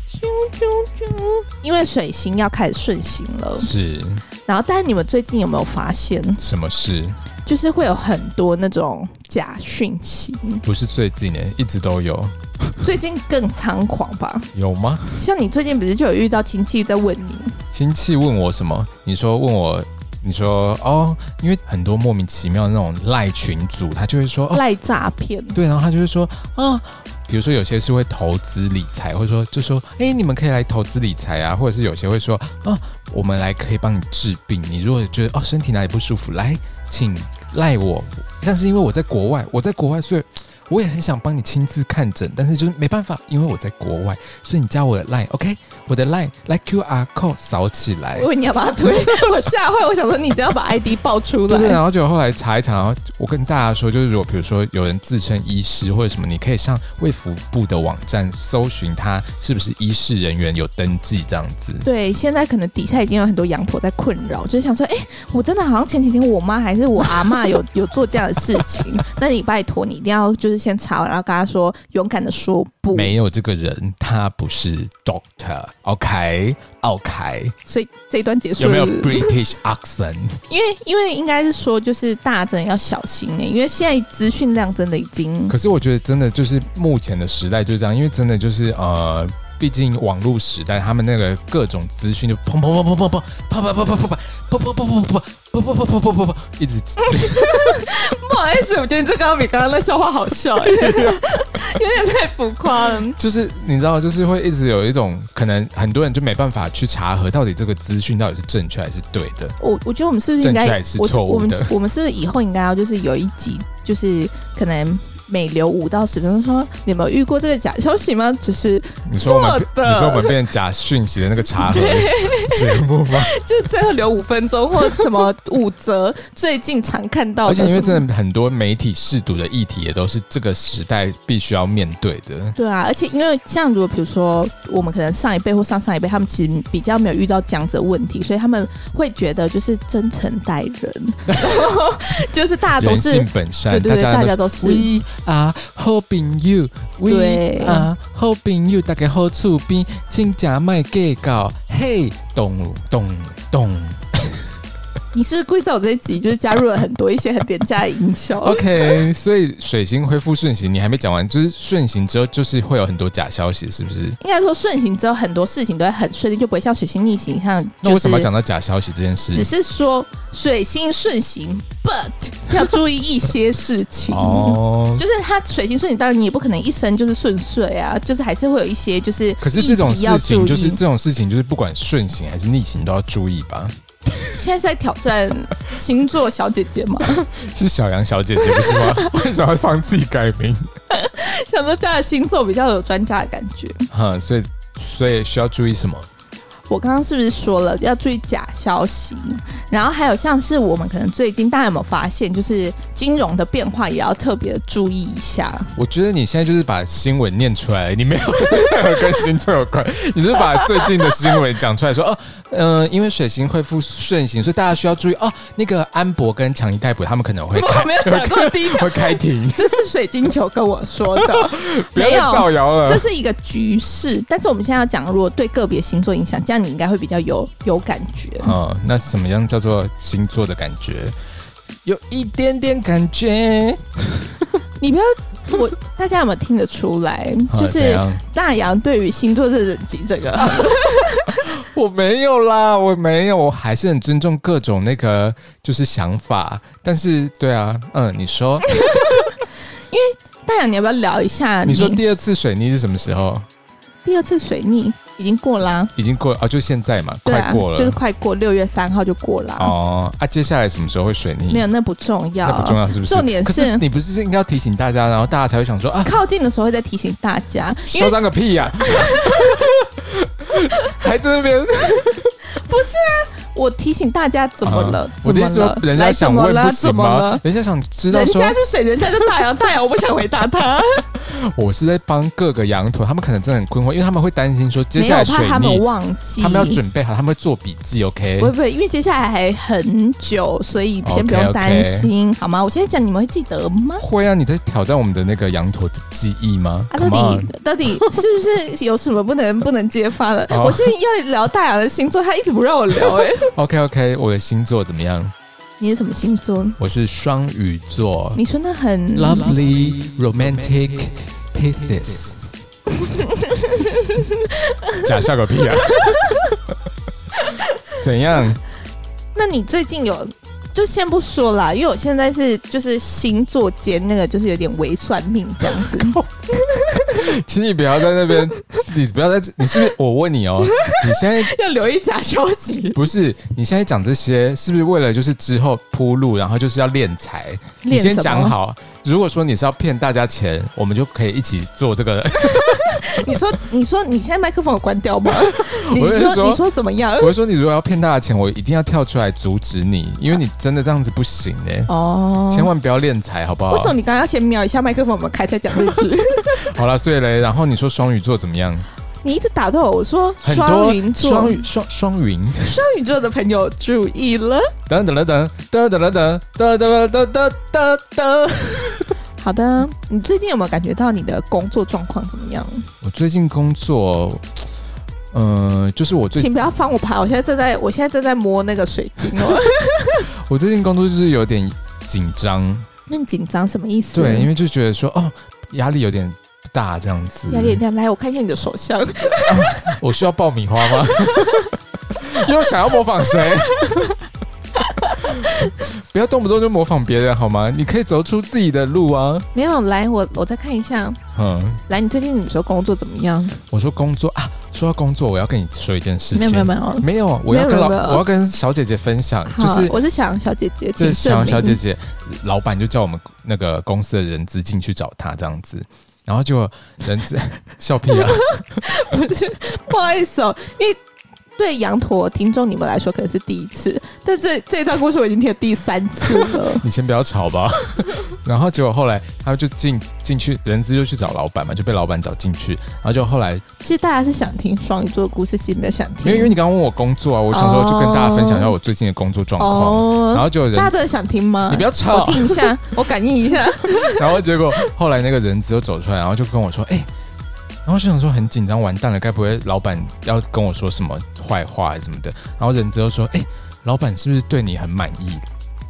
Speaker 2: 啾啾啾！因为水星要开始顺行了，
Speaker 1: 是
Speaker 2: 然后但是你们最近有没有发现，
Speaker 1: 什么事？
Speaker 2: 就是会有很多那种假讯息，
Speaker 1: 不是最近诶，一直都有，
Speaker 2: 最近更猖狂吧？
Speaker 1: 有吗？
Speaker 2: 像你最近不是就有遇到亲戚在问你，
Speaker 1: 亲戚问我什么？你说问我，你说哦，因为很多莫名其妙的那种赖群组，他就会说哦，
Speaker 2: 赖诈骗，
Speaker 1: 对，然后他就会说啊。比如说，有些是会投资理财，或者说就说，哎、你们可以来投资理财啊，或者是有些会说，啊，我们来可以帮你治病，你如果觉得哦身体哪里不舒服，来请赖我。但是因为我在国外，我在国外，所以我也很想帮你亲自看诊，但是就是没办法，因为我在国外，所以你加我的 line，OK，、我的 line 来 QR code 扫起来
Speaker 2: 我以。为你要把他 推，我吓坏，我想说你只要把 ID 报出
Speaker 1: 对对，啊
Speaker 2: 来。
Speaker 1: 然后就后来查一查，然后我跟大家说，就是如果比如说有人自称医师或者什么，你可以上卫福部的网站搜寻他是不是医师人员有登记这样子。
Speaker 2: 对，现在可能底下已经有很多羊驼在困扰，就是想说，哎、我真的好像前几天我妈还是我阿嬷有 有做这样的事情，那你拜托你一定要就是先查完，然后跟他说勇敢的说不，
Speaker 1: 没有这个人，他不是 Doctor。OK，奥凯
Speaker 2: 所以这一段结束
Speaker 1: 有没有
Speaker 2: 了
Speaker 1: British accent？
Speaker 2: 因为因为应该是说，就是大家真的要小心呢、因为现在资讯量真的已经
Speaker 1: 可是我觉得真的就是目前的时代就是这样，因为真的就是呃。毕竟网络时代，他们那个各种资讯就砰砰砰砰砰砰啪啪啪啪啪啪啪啪啪啪啪啪啪啪啪啪啪一直
Speaker 2: 不好意思，我觉得你这刚刚比刚刚那笑话好 笑、有点太浮夸了。
Speaker 1: 就是你知道，就是会一直有一种可能，很多人就没办法去查核到底这个资讯到底是正确还是对的。
Speaker 2: 我我觉得我们是不是
Speaker 1: 正
Speaker 2: 应
Speaker 1: 确
Speaker 2: 该
Speaker 1: 还是，
Speaker 2: 我是
Speaker 1: 错误
Speaker 2: 我们
Speaker 1: 的
Speaker 2: 我们是不是以后应该要就是有一集，就是可能每留五到十分钟说，你有没有遇过这个假消息吗？只是
Speaker 1: 你说我们，
Speaker 2: 错的
Speaker 1: 你说我们变成假讯息的那个查核节目吗？
Speaker 2: 就是最后留五分钟或者什么五折，最近常看到
Speaker 1: 而
Speaker 2: 的什
Speaker 1: 且
Speaker 2: 么，
Speaker 1: 因为真的很多媒体试读的议题，也都是这个时代必须要面对的。
Speaker 2: 对啊，而且因为像如果比如说我们可能上一辈或上上一辈，他们其实比较没有遇到这样子的问题，所以他们会觉得就是真诚待人， 然后就是大家都
Speaker 1: 人
Speaker 2: 是
Speaker 1: 性本善，
Speaker 2: 对对对，
Speaker 1: 大
Speaker 2: 大
Speaker 1: 家
Speaker 2: 家
Speaker 1: 都
Speaker 2: 都
Speaker 1: 是
Speaker 2: 是
Speaker 1: We are hoping you, we
Speaker 2: 对
Speaker 1: are hoping you，大家好厝边，请假卖计较，嘿，咚咚咚。。
Speaker 2: 你是不是故意在我这一集就是加入了很多一些很廉价的营销
Speaker 1: OK，所以水星恢复顺行，你还没讲完，就是顺行之后，就是会有很多假消息，是不是？
Speaker 2: 应该说顺行之后，很多事情都会很顺利，就不会像水星逆行，像
Speaker 1: 那
Speaker 2: 就
Speaker 1: 为什
Speaker 2: 是
Speaker 1: 么要讲到假消息这件
Speaker 2: 只
Speaker 1: 事？
Speaker 2: 是说水星顺行，but 要注意一些事 情。
Speaker 1: 哦，
Speaker 2: 就是它水星顺行，当然你也不可能一生就是顺遂啊，就是还是会有一些就是
Speaker 1: 可是这种
Speaker 2: 议题要
Speaker 1: 事情
Speaker 2: 注意
Speaker 1: 就是这种事情，就是不管顺行还是逆行都要注意 吧。
Speaker 2: 现在是在挑战星座小姐姐嘛，
Speaker 1: 是小杨小姐姐不是吗？ 为什么要帮自己改名？
Speaker 2: 想说加的星座比较有专家的感觉。
Speaker 1: 哈、所以所以需要注意什么？
Speaker 2: 我刚刚是不是说了要注意假消息？然后还有像是我们可能最近大家有没有发现，就是金融的变化也要特别注意一下。
Speaker 1: 我觉得你现在就是把新闻念出来，你没有 没有跟星座有关，你是把最近的新闻讲出来说，哦，嗯，因为水星恢复顺行，所以大家需要注意哦。那个安博跟强尼逮捕他们可能 会开
Speaker 2: 我没有讲过第一个，
Speaker 1: 会开庭，
Speaker 2: 这是水晶球跟我说的，
Speaker 1: 不要再造谣 了
Speaker 2: 这。是一个局势。但是我们现在要讲，如果对个别星座影响，这样你应该会比较有有感觉。
Speaker 1: 哦，那什么样叫做星座的感觉？有一点点感觉，
Speaker 2: 你不要。我大家有没有听得出来？
Speaker 1: 啊
Speaker 2: 就
Speaker 1: 怎
Speaker 2: 是
Speaker 1: 样
Speaker 2: 大洋对于星座这忍级这个，
Speaker 1: 我没有啦，我没有，我还是很尊重各种那个就是想法，但是对啊，嗯，你说，
Speaker 2: 哎大洋你要不要聊一下？
Speaker 1: 你说第二次水逆是什么时候？
Speaker 2: 第二次水逆已经过啦、
Speaker 1: 已经过了哦，就现在嘛，
Speaker 2: 对
Speaker 1: 快
Speaker 2: 啊
Speaker 1: 过，了，
Speaker 2: 就是快过六月三号就过啦。
Speaker 1: 哦啊，接下来什么时候会水逆？
Speaker 2: 没有，那不重要，
Speaker 1: 嗯那不重要，是不是？
Speaker 2: 重点
Speaker 1: 可
Speaker 2: 是
Speaker 1: 是你不是应该要提醒大家，然后大家才会想说啊，
Speaker 2: 靠近的时候会再提醒大家，因
Speaker 1: 嚣
Speaker 2: 为
Speaker 1: 张个屁呀、啊 还在那边，
Speaker 2: 我提醒大家怎么了？
Speaker 1: 啊我
Speaker 2: 怎
Speaker 1: 的意
Speaker 2: 么
Speaker 1: 思说
Speaker 2: 了？，
Speaker 1: 人家想问不
Speaker 2: 来
Speaker 1: 行
Speaker 2: 怎么了？
Speaker 1: 吗？人家想知
Speaker 2: 怎
Speaker 1: 道
Speaker 2: 么了人
Speaker 1: 说
Speaker 2: 家，是谁？人家是大洋，大洋，我不想回答他。
Speaker 1: 我是在帮各个羊驼，他们可能真的很困惑，因为他们会担心说接
Speaker 2: 没
Speaker 1: 下
Speaker 2: 有
Speaker 1: 来水
Speaker 2: 哦怕他们
Speaker 1: 逆，
Speaker 2: 忘记，
Speaker 1: 他们要准备好，他们会做笔记，OK？
Speaker 2: 不会不会，因为接下来还很久，所以先不
Speaker 1: OK，OK
Speaker 2: 用担心好吗？我现在讲，你们会记得吗？
Speaker 1: 会啊，你在挑战我们的那个羊驼记忆吗
Speaker 2: 啊，到
Speaker 1: ？Come on，
Speaker 2: 底到底是不是有什么不能不能揭发的？
Speaker 1: 哦
Speaker 2: 我现在要聊大洋的星座，他一直不让我聊、 哎，
Speaker 1: OK OK，我的星座怎么样？
Speaker 2: 你是什么星座？
Speaker 1: 我是双鱼座
Speaker 2: 你说那
Speaker 1: 嗯
Speaker 2: 很
Speaker 1: ，Lovely Romantic Pieces。假笑个 屁啊！怎样？
Speaker 2: 那你最近有？就先不说啦，因为我现在是就是星座间那个就是有点微算命这样 子，
Speaker 1: 请你不要在那边，你不要在，你是不是？我问你哦，你现在
Speaker 2: 要留一假消息。
Speaker 1: 不是你现在讲这些，是不是为了就是之后铺路，然后就是要敛财？你
Speaker 2: 练
Speaker 1: 先
Speaker 2: 什么
Speaker 1: 讲好，如果说你是要骗大家钱，我们就可以一起做这个。
Speaker 2: 你说你说你现在麦克风有关掉 吗？你
Speaker 1: 我是
Speaker 2: 说
Speaker 1: 说
Speaker 2: 你说怎么 样？
Speaker 1: 我是说，你如果要骗大家钱，我一定要跳出来阻止你，因为你真的这样子不行哎、
Speaker 2: 哦，
Speaker 1: 千万不要敛财，好不好
Speaker 2: 为？什么你刚刚要先瞄一下麦克风我们开再讲这 句？
Speaker 1: 好了，所以嘞，然后你说双鱼座怎么样？
Speaker 2: 你一直打断我，我说
Speaker 1: 很
Speaker 2: 双
Speaker 1: 多
Speaker 2: 鱼座，
Speaker 1: 双鱼双双云，
Speaker 2: 双鱼座的朋友注意了。
Speaker 1: 等等等等等等等等等等等等等。
Speaker 2: 好的，你最近有没有感觉到你的工作状况怎么样？
Speaker 1: 我最近工作，嗯，就是我最
Speaker 2: 请不要翻我牌，我现在正在我现在正在摸那个水晶 哦。
Speaker 1: 我最近工作就是有点紧张，
Speaker 2: 那你紧张什么意思？
Speaker 1: 对，因
Speaker 2: 为
Speaker 1: 为就觉得说哦，压力有点大这样子。
Speaker 2: 压力很大。来，我看一下你的手相。
Speaker 1: 我需要爆米花吗？ 又想要模仿谁？ 不要动不动就模仿别人好吗？你可以走出自己的路啊。
Speaker 2: 没有，来，我我再看一下。
Speaker 1: 嗯，
Speaker 2: 来，你最近你说工作怎么样？
Speaker 1: 我说工作啊，说到工作，我要跟你说一件事情。
Speaker 2: 没有没有没有。
Speaker 1: 没有我要跟老
Speaker 2: 没有没有
Speaker 1: 我要跟小姐姐分享，
Speaker 2: 好，
Speaker 1: 就是
Speaker 2: 我是小杨小姐姐，
Speaker 1: 这
Speaker 2: 请
Speaker 1: 小
Speaker 2: 证
Speaker 1: 小姐
Speaker 2: 明。
Speaker 1: 姐，老板就叫我们那个公司的人资进去找她这样子，然后结果人资 笑屁啊，。
Speaker 2: 不是， 不好意思哦，因为对羊驼听众你们来说可能是第一次，但这这一段故事我已经听了第三次了
Speaker 1: 你先不要吵吧。然后结果后来他们就进进去，人资就去找老板嘛，就被老板找进去。然后就后来，
Speaker 2: 其实大家是想听双鱼座的故事，其实没有想
Speaker 1: 因为因为
Speaker 2: 听。
Speaker 1: 你刚刚问我工作啊，我想说就跟大家分享一下我最近的工作状况。然
Speaker 2: 哦，
Speaker 1: 后就有人
Speaker 2: 大家真的想听吗？
Speaker 1: 你不要
Speaker 2: 我
Speaker 1: 吵，
Speaker 2: 听一 下，我感应一下。
Speaker 1: 然后结果后来那个人资就走出来，然后就跟我说：“哎、然后就想说很紧张，完蛋了，该不会老板要跟我说什么坏话什么的？”然后人资就说：“哎、老板是不是对你很满意？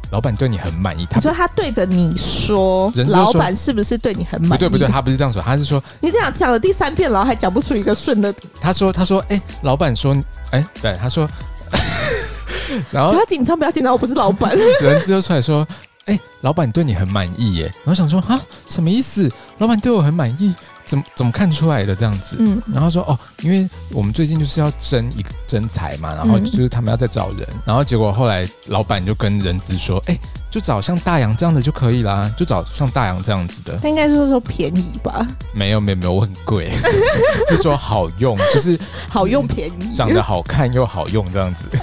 Speaker 1: 老板对你很满意？他
Speaker 2: 你说他对着你说
Speaker 1: 人，家说
Speaker 2: 老板是不是对你很
Speaker 1: 不
Speaker 2: 满意？
Speaker 1: 对不对，他不是这样说，他是说
Speaker 2: 你这样讲了第三遍，然后还讲不出一个顺的，
Speaker 1: 他说他说哎、老板说哎、对，他说， 然后
Speaker 2: 不要紧张，不要紧张，我不是老板。
Speaker 1: 人资就出来说：“哎、老板对你很满意耶。”然后想说啊，什么意思？老板对我很满意，怎么怎么看出来的这样子？
Speaker 2: 嗯，
Speaker 1: 然后说哦，因为我们最近就是要争一个征才嘛，然后就是他们要再找人，然后结果后来老板就跟人资说，哎，就找像大洋这样的就可以啦，就找像大洋这样子的。
Speaker 2: 他应该说说便宜吧，
Speaker 1: 没有没有没有，我很贵， 是说好用，就是
Speaker 2: 好用便宜。
Speaker 1: 长得好看又好用这样子。
Speaker 2: 嗯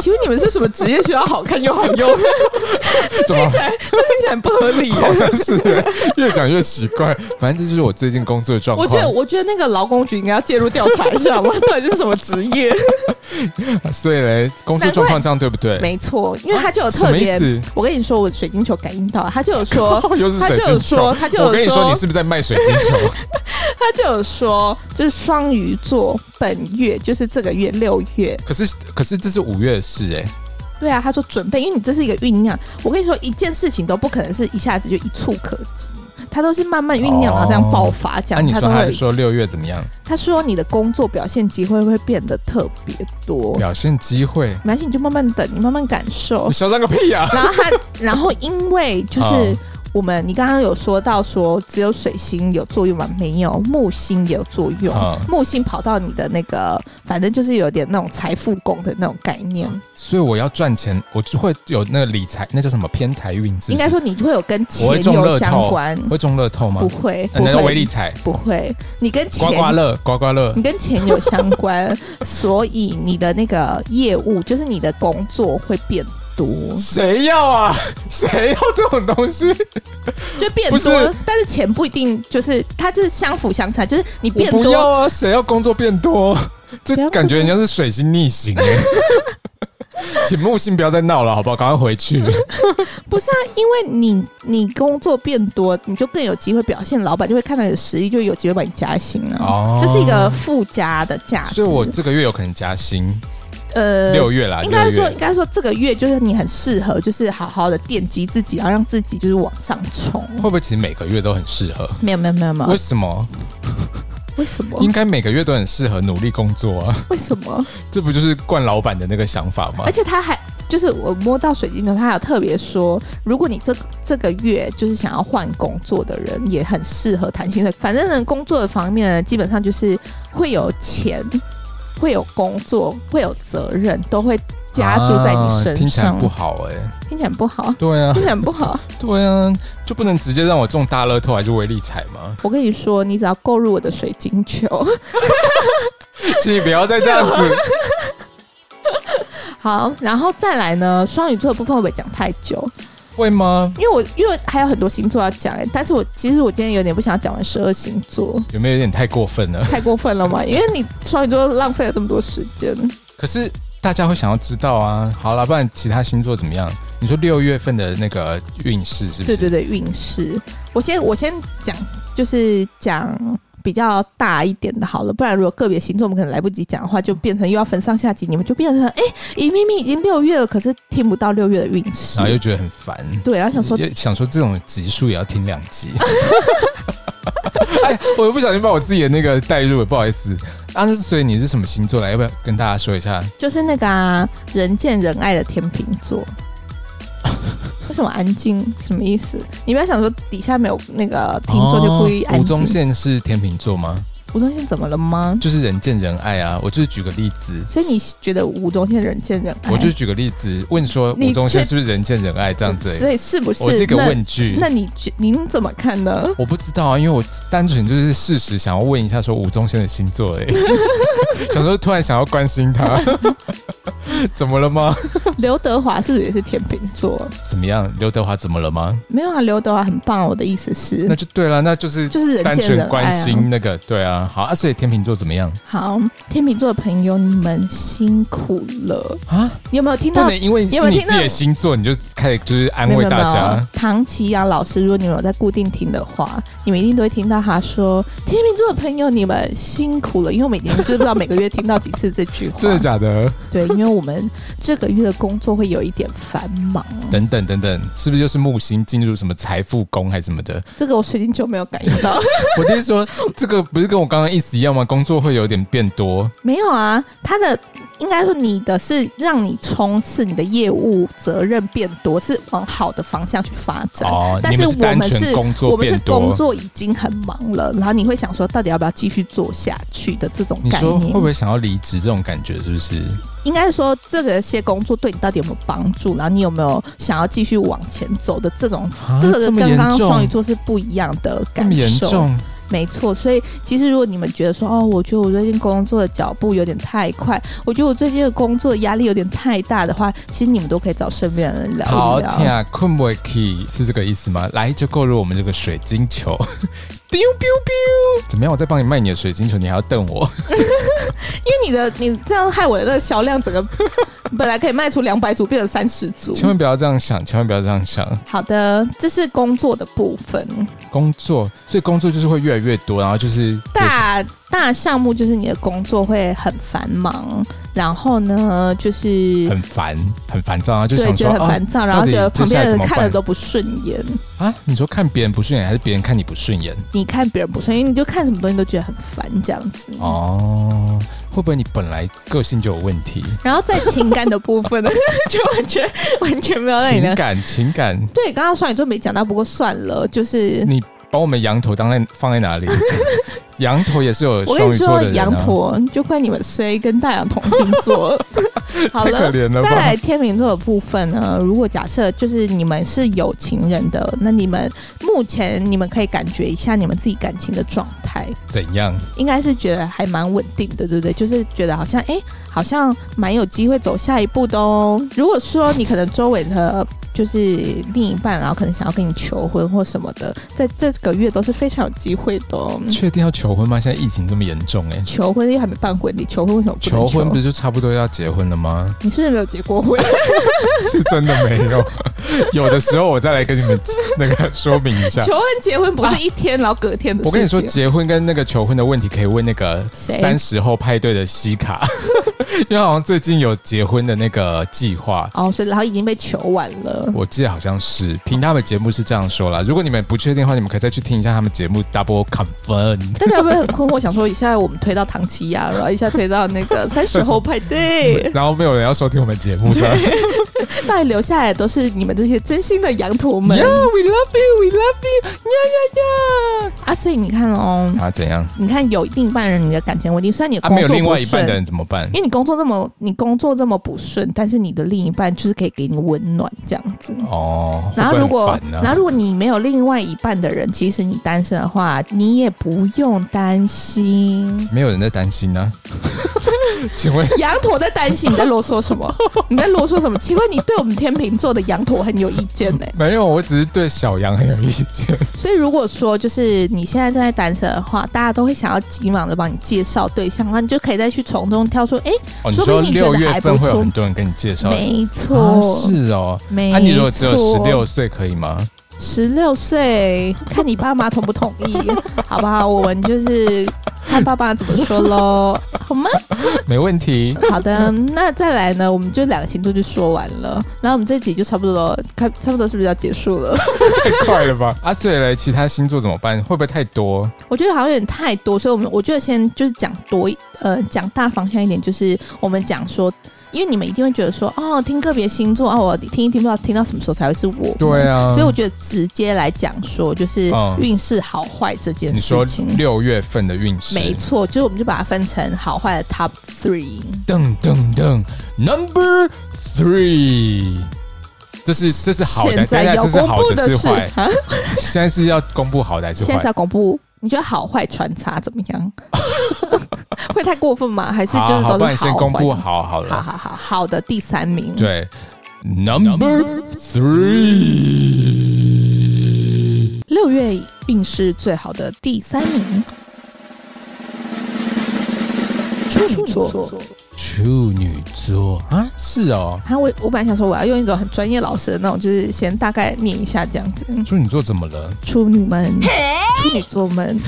Speaker 3: 请 问你们是什么职业学校好看又好用？
Speaker 1: 怎 么
Speaker 3: 听起来很不合理耶。
Speaker 1: 好像是耶越讲越奇怪？反正这 就是我最近工作的状
Speaker 3: 我
Speaker 1: 况。
Speaker 3: 觉得，我觉得那个劳工局应该要介入调查一下，我到底是什么职业？
Speaker 1: 所以嘞，工作状况这样对不对？
Speaker 2: 没错，因为他就有
Speaker 1: 什
Speaker 2: 特
Speaker 1: 么意
Speaker 2: 别，
Speaker 1: 思？
Speaker 2: 我跟你说，我水晶球感应到，他就 有说，
Speaker 1: 又是
Speaker 2: 他
Speaker 1: 水
Speaker 2: 就有
Speaker 1: 晶球
Speaker 2: 说，。他就有
Speaker 1: 我跟你说，你是不是在卖水晶 球？
Speaker 2: 他就有说，就是双鱼座本月就是这个月六月，
Speaker 1: 可是，可是这是五月的事哎、
Speaker 2: 对啊，他说准备，因为你这是一个酝酿。我跟你说，一件事情都不可能是一下子就一触可及，他都是慢慢酝酿，
Speaker 1: 哦
Speaker 2: 然后这样爆发，这
Speaker 1: 那、
Speaker 2: 样、
Speaker 1: 啊你
Speaker 2: 啊他
Speaker 1: 说
Speaker 2: 都
Speaker 1: 他
Speaker 2: 会。
Speaker 1: 说六月怎么样？
Speaker 2: 他说你的工作表现机会会变得特别多，没
Speaker 1: 表现机会？
Speaker 2: 关系，你就慢慢等，你慢慢感受
Speaker 1: 你。嚣张个屁啊呀、
Speaker 2: 然后他，然后因为就是
Speaker 1: 哦
Speaker 2: 我们，你刚刚有说到说只有水星有作用吗？没有，木星也有作用。
Speaker 1: 哦
Speaker 2: 木星跑到你的那个，反正就是有点那种财富宫的那种概念。
Speaker 1: 所以我要赚钱，我就会有那个理财，那叫什么偏财运是不是？
Speaker 2: 应该说你会有跟
Speaker 1: 我
Speaker 2: 钱
Speaker 1: 会中
Speaker 2: 有
Speaker 1: 乐
Speaker 2: 相
Speaker 1: 透
Speaker 2: 关，
Speaker 1: 会中乐透吗
Speaker 2: 不？会，
Speaker 1: 呃
Speaker 2: 不
Speaker 1: 那叫微
Speaker 2: 会
Speaker 1: 利，彩，
Speaker 2: 不会，你跟钱嗯
Speaker 1: 刮刮乐，刮刮乐
Speaker 2: 你。跟钱有相关，所以你的那个业务就是你的工作会变多，
Speaker 1: 谁要啊？谁要这种东西？
Speaker 2: 就变
Speaker 1: 不是
Speaker 2: 多，但是钱不一定就是它就是相辅相成，就是你
Speaker 1: 我
Speaker 2: 变
Speaker 1: 不要
Speaker 2: 多，
Speaker 1: 啊！谁要工作变多？这
Speaker 2: 不要
Speaker 1: 感觉人家是水星逆行哎、 请木星不要再闹了，好不好？赶快回 去。
Speaker 2: 不是啊，因为你你工作变多，你就更有机会表现，老板就会看到你的实力，就有机会把你加薪啊。
Speaker 1: 哦
Speaker 2: 这是一个附加的价值，
Speaker 1: 所以我这个月有可能加薪，
Speaker 2: 呃
Speaker 1: 六月啦，
Speaker 2: 应该
Speaker 1: 六
Speaker 2: 说，
Speaker 1: 月
Speaker 2: 应该说这个月就是你很适合，就是好好的奠基自己，然后让自己就是往上冲。
Speaker 1: 会不会其实每个月都很适合？
Speaker 2: 没有没有没有没
Speaker 1: 为
Speaker 2: 有，
Speaker 1: 什么？
Speaker 2: 为什么？
Speaker 1: 应该每个月都很适合努力工作啊！
Speaker 2: 为什么？
Speaker 1: 这不就是惯老板的那个想法吗
Speaker 2: 而？且他还就是我摸到水晶球，他还有特别说，如果你这这个月就是想要换工作的人，也很适合谈薪水。反正呢，工作的方面呢，基本上就是会有钱，会有工作，会有责任，都会加注在你
Speaker 1: 啊
Speaker 2: 身
Speaker 1: 听起来
Speaker 2: 上。
Speaker 1: 不好哎、
Speaker 2: 听起来不好，
Speaker 1: 对啊
Speaker 2: 听，起来不好。
Speaker 1: 对啊，就不能直接让我中大乐透还是微利彩吗？
Speaker 2: 我跟你说，你只要购入我的水晶球。
Speaker 1: 请你不要再这样子。
Speaker 2: 好，然后再来呢，双鱼座的部分会不会讲太久？
Speaker 1: 会吗？
Speaker 2: 因为我因为还有很多星座要讲、欸，但是我其实我今天有点不想讲完十二星座，
Speaker 1: 有没有有点太过分了？
Speaker 2: 太过分了嘛？因为你双鱼座浪费了这么多时间，
Speaker 1: 可是大家会想要知道啊。好啦，不然其他星座怎么样？你说六月份的那个运势是不
Speaker 2: 对
Speaker 1: 是？
Speaker 2: 对对，运势。我先我先讲，就是讲。比较大一点的，好了，不然如果个别星座我们可能来不及讲的话，就变成又要分上下集，你们就变成哎，欸明明已经六月了，可是听不到六月的运势
Speaker 1: 然，后又觉得很烦。
Speaker 2: 对，然后想说
Speaker 1: 也想说这种集数也要听两集。 哎，我又不小心把我自己的那个带入了，不好意思。啊，那所以你是什么星座来？要不要跟大家说一下？
Speaker 2: 就是那个、啊、人见人爱的天秤座。为什么安静？什么意思？你不要想说底下没有那个听众就故意
Speaker 1: 哦
Speaker 2: 安
Speaker 1: 吴
Speaker 2: 静。
Speaker 1: 宗宪是天秤座吗？
Speaker 2: 吴宗宪怎么了吗？
Speaker 1: 就是人见人爱啊。我就是举个例子，
Speaker 2: 所以你觉得吴宗宪人见人哎爱？
Speaker 1: 我就举个例子，问说
Speaker 2: 你
Speaker 1: 吴宗宪
Speaker 2: 确
Speaker 1: 是不是人见人爱这样子而已？
Speaker 2: 所以是不是？
Speaker 1: 我是一个问句。
Speaker 2: 那那你觉您怎么看呢？
Speaker 1: 我不知道啊，因为我单纯就是事实想要问一下，说吴宗宪的星座 哎、想说突然想要关心 他，怎么了吗？
Speaker 2: 刘德华是不是也是天秤座？
Speaker 1: 怎么样？刘德华怎么了吗？
Speaker 2: 没有啊，刘德华很棒。我的意思是
Speaker 1: 那，就对了，那就是
Speaker 2: 就是人
Speaker 1: 单
Speaker 2: 见
Speaker 1: 纯
Speaker 2: 人
Speaker 1: 关
Speaker 2: 爱、啊。
Speaker 1: 心那个，对啊。好啊，所以天秤座怎么样
Speaker 2: 好，天秤座的朋友，你们辛苦了。
Speaker 1: 啊？
Speaker 2: 你有没有听
Speaker 1: 不
Speaker 2: 到
Speaker 1: 能因为
Speaker 2: 有
Speaker 1: 是你
Speaker 2: 没有
Speaker 1: 自
Speaker 2: 听到
Speaker 1: 己的星座，你就开始就是安
Speaker 2: 没有
Speaker 1: 慰
Speaker 2: 没
Speaker 1: 大
Speaker 2: 有没有
Speaker 1: 家。
Speaker 2: 唐奇阳老师，如果你们有在固定听的话，你们一定都会听到他说：“天秤座的朋友，你们辛苦了，因为我们已经知不知道每个月听到几次这句 话。
Speaker 1: 真的假的？
Speaker 2: 对，因为我们这个月的工作会有一点繁忙，
Speaker 1: 等等等等，是不是就是木星进入什么财富宫还是什么的？
Speaker 2: 这个我水晶球没有感应到。
Speaker 1: 我就是说，这个不是跟我刚刚意思一样吗？工作会有点变多，
Speaker 2: 没有啊，他的应该说你的是让你冲刺，你的业务责任变多，是往好的方向去发展。
Speaker 1: 哦，
Speaker 2: 但
Speaker 1: 你
Speaker 2: 是
Speaker 1: 们
Speaker 2: 我
Speaker 1: 是单
Speaker 2: 们
Speaker 1: 纯
Speaker 2: 是
Speaker 1: 工
Speaker 2: 我
Speaker 1: 作
Speaker 2: 们是
Speaker 1: 变多。
Speaker 2: 工作已经很忙了，然后你会想说，到底要不要继续做下去的这种
Speaker 1: 你
Speaker 2: 概
Speaker 1: 说
Speaker 2: 念？
Speaker 1: 会不会想要离职这种感觉？是不是？
Speaker 2: 应该说这个些工作对你到底有没有帮助，然后你有没有想要继续往前走的这种，
Speaker 1: 啊
Speaker 2: 这个
Speaker 1: 么
Speaker 2: 跟
Speaker 1: 严
Speaker 2: 刚刚双鱼
Speaker 1: 重，
Speaker 2: 座是不一样的
Speaker 1: 这
Speaker 2: 感
Speaker 1: 么严
Speaker 2: 受。
Speaker 1: 重，
Speaker 2: 没错，所以其实如果你们觉得说哦，我觉得我最近工作的脚步有点太快，我觉得我最近的工作压力有点太大的话，其实你们都可以找身边的人聊
Speaker 1: 好
Speaker 2: 一
Speaker 1: 天
Speaker 2: 聊。
Speaker 1: 啊，困不 key 是这个意思吗？来，就购入我们这个水晶球，biu biu biu，怎么样？我在帮你卖你的水晶球，你还要瞪 我？
Speaker 2: 因为你的你这样害我的那个销量整个本来可以卖出两百组，变成三十组。
Speaker 1: 千万不要这样想，千万不要这样想。
Speaker 2: 好的，这是工作的部分，
Speaker 1: 工作，所以工作就是会越来越多，然后就是
Speaker 2: 大大项目就是你的工作会很繁忙，然后呢就是
Speaker 1: 就是很烦，很烦躁，然后就
Speaker 2: 对
Speaker 1: 想
Speaker 2: 觉
Speaker 1: 说
Speaker 2: 得很
Speaker 1: 啊
Speaker 2: 烦躁，然
Speaker 1: 到
Speaker 2: 后
Speaker 1: 底
Speaker 2: 觉得旁边的
Speaker 1: 接下来怎
Speaker 2: 人
Speaker 1: 么办
Speaker 2: 看了都不顺眼。
Speaker 1: 啊，你说看别人不顺眼，还是别人看你不顺眼？
Speaker 2: 你看别人不顺眼，因为你就看什么东西都觉得很烦这样子。
Speaker 1: 哦，会不会你本来个性就有问题？
Speaker 2: 然后在情感的部分呢， 就完全完全没有让你
Speaker 1: 情
Speaker 2: 聊。
Speaker 1: 感，情感，
Speaker 2: 对，刚刚双鱼座没讲到，不过算了，就是
Speaker 1: 你把我们羊头当在放在 哪里？羊头也是有
Speaker 2: 我跟
Speaker 1: 双
Speaker 2: 你
Speaker 1: 鱼座
Speaker 2: 说
Speaker 1: 的，人、啊，
Speaker 2: 羊驼就怪你们衰，跟大羊同星 座。好
Speaker 1: 太可
Speaker 2: 了。
Speaker 1: 怜了
Speaker 2: 再
Speaker 1: 吧
Speaker 2: 来？天秤座的部分呢，如果假设就是你们是有情人的，那你们目前你们可以感觉一下你们自己感情的状态，
Speaker 1: 怎样？
Speaker 2: 应该是觉得还蛮稳定的，对不对？就是觉得好像哎、诶好像蛮有机会走下一步的哦。如果说你可能周围的就是另一半，然后可能想要跟你求婚或什么的，在这个月都是非常有机会的、哦。
Speaker 1: 确定要求婚吗？现在疫情这么严重、哎，
Speaker 2: 求婚又还没办婚礼，求婚为什么不能
Speaker 1: 求婚不
Speaker 2: 求
Speaker 1: 是就差不多要结婚了吗？
Speaker 2: 你是不是没有结过婚？
Speaker 1: 是真的没 有，有的时候我再来跟你们那个说明一下。
Speaker 2: 求婚结婚不是一天、然后隔天的
Speaker 1: 啊我
Speaker 2: 事情。
Speaker 1: 跟你说，结婚跟那个求婚的问题，可以问那个
Speaker 2: 谁
Speaker 1: 三十后派对的西卡， 因为好像最近有结婚的那个计划。
Speaker 2: 哦，所以然后已经被求完 了。
Speaker 1: 我记得好像是听他们节目是这样说啦。如果你们不确定的话，你们可以再去听一下他们节目 Double Confirm。
Speaker 2: 大家会不会很困惑？想说一下我们推到唐奇亚，然后一下推到那个 三十后派对，
Speaker 1: 然后没有人要收听我们节目的。Yeah,
Speaker 2: 到底留下来的都是你们这些真心的羊驼们
Speaker 1: we love you, we love you. Yeah, yeah,
Speaker 2: 啊！所以你看哦
Speaker 1: yeah.，啊，怎样？
Speaker 2: 你看有另一半人你的感情稳定，虽然你的
Speaker 1: 啊，
Speaker 2: 工
Speaker 1: 没有
Speaker 2: 作
Speaker 1: 另
Speaker 2: 不
Speaker 1: 外一半
Speaker 2: 顺，
Speaker 1: 的人怎么办
Speaker 2: 因？为你工作这么你工作这么不顺，但是你的另一半就是可以给你温暖这样子。
Speaker 1: 哦，
Speaker 2: 然后如
Speaker 1: 会不
Speaker 2: 果，
Speaker 1: 会很烦呢
Speaker 2: 然后如果你没有另外一半的人，其实你单身的话，你也不用担 心。
Speaker 1: 没有人在担心 呢、请问
Speaker 2: 羊驼在担心，你在啰嗦什么？你在啰嗦什么？奇怪，你对我们天秤座的羊驼很有意见呢、
Speaker 1: 没有？我只是对小杨很有意见。
Speaker 2: 所以如果说就是你现在正在单身的话，大家都会想要急忙的帮你介绍对象，然后你就可以再去从中挑出，哎、
Speaker 1: 哦，你
Speaker 2: 说
Speaker 1: 说
Speaker 2: 不定你觉
Speaker 1: 六
Speaker 2: 得
Speaker 1: 月
Speaker 2: 还不
Speaker 1: 份会有
Speaker 2: 错
Speaker 1: 很多人跟你介绍，
Speaker 2: 没错，
Speaker 1: 啊是哦。
Speaker 2: 没
Speaker 1: 那、
Speaker 2: 错。
Speaker 1: 你如果只有十六岁可以吗？
Speaker 2: 十六岁， 看你爸妈同不同意， 好不好？我们就是看爸爸怎么 说喽，好吗？
Speaker 1: 没问题。
Speaker 2: 好的，那再来呢，我们就两个星座就说完了，然后我们这集就差不多，看差不多是不是要结束了？
Speaker 1: 太快了吧！ 啊，所以嘞，其他星座怎么办？会不会太多？
Speaker 2: 我觉得好像有点太多，所以我们我觉得先就是讲多一呃讲大方向一点，就是我们讲说。因为你们一定会觉得说，哦，听个别星座，哦，我听一听不知道听到什么时候才会是我，
Speaker 1: 对啊，
Speaker 2: 嗯所以我觉得直接来讲说，就是
Speaker 1: 嗯
Speaker 2: 运势好坏这件
Speaker 1: 你说
Speaker 2: 事情，
Speaker 1: 六月份的运势，
Speaker 2: 没错，就是我们就把它分成好坏的 top three。
Speaker 1: 噔噔噔，Number Three，这是这是好的，
Speaker 2: 现在
Speaker 1: 大家
Speaker 2: 要
Speaker 1: 这是
Speaker 2: 公
Speaker 1: 好
Speaker 2: 布
Speaker 1: 的是
Speaker 2: 是，
Speaker 1: 坏，
Speaker 2: 啊
Speaker 1: 现在是要公布好的还是
Speaker 2: 现在是
Speaker 1: 坏？
Speaker 2: 要公布，你觉得好坏穿插怎么样？ 会太过分吗？还是就是
Speaker 1: 好，
Speaker 2: 都
Speaker 1: 不然
Speaker 2: 是
Speaker 1: 你先
Speaker 2: 好
Speaker 1: 公布
Speaker 2: 坏？
Speaker 1: 好好了。
Speaker 2: 好好好好的第三名，
Speaker 1: 对，Number Three，
Speaker 2: 六月运势最好的第三名，处女座。
Speaker 1: 处女座啊，是哦，
Speaker 2: 他我我本来想说我要用一种很专业老师的那种，就是先大概念一下这样子。
Speaker 1: 处女座怎么了？
Speaker 2: 处女们，处女座们，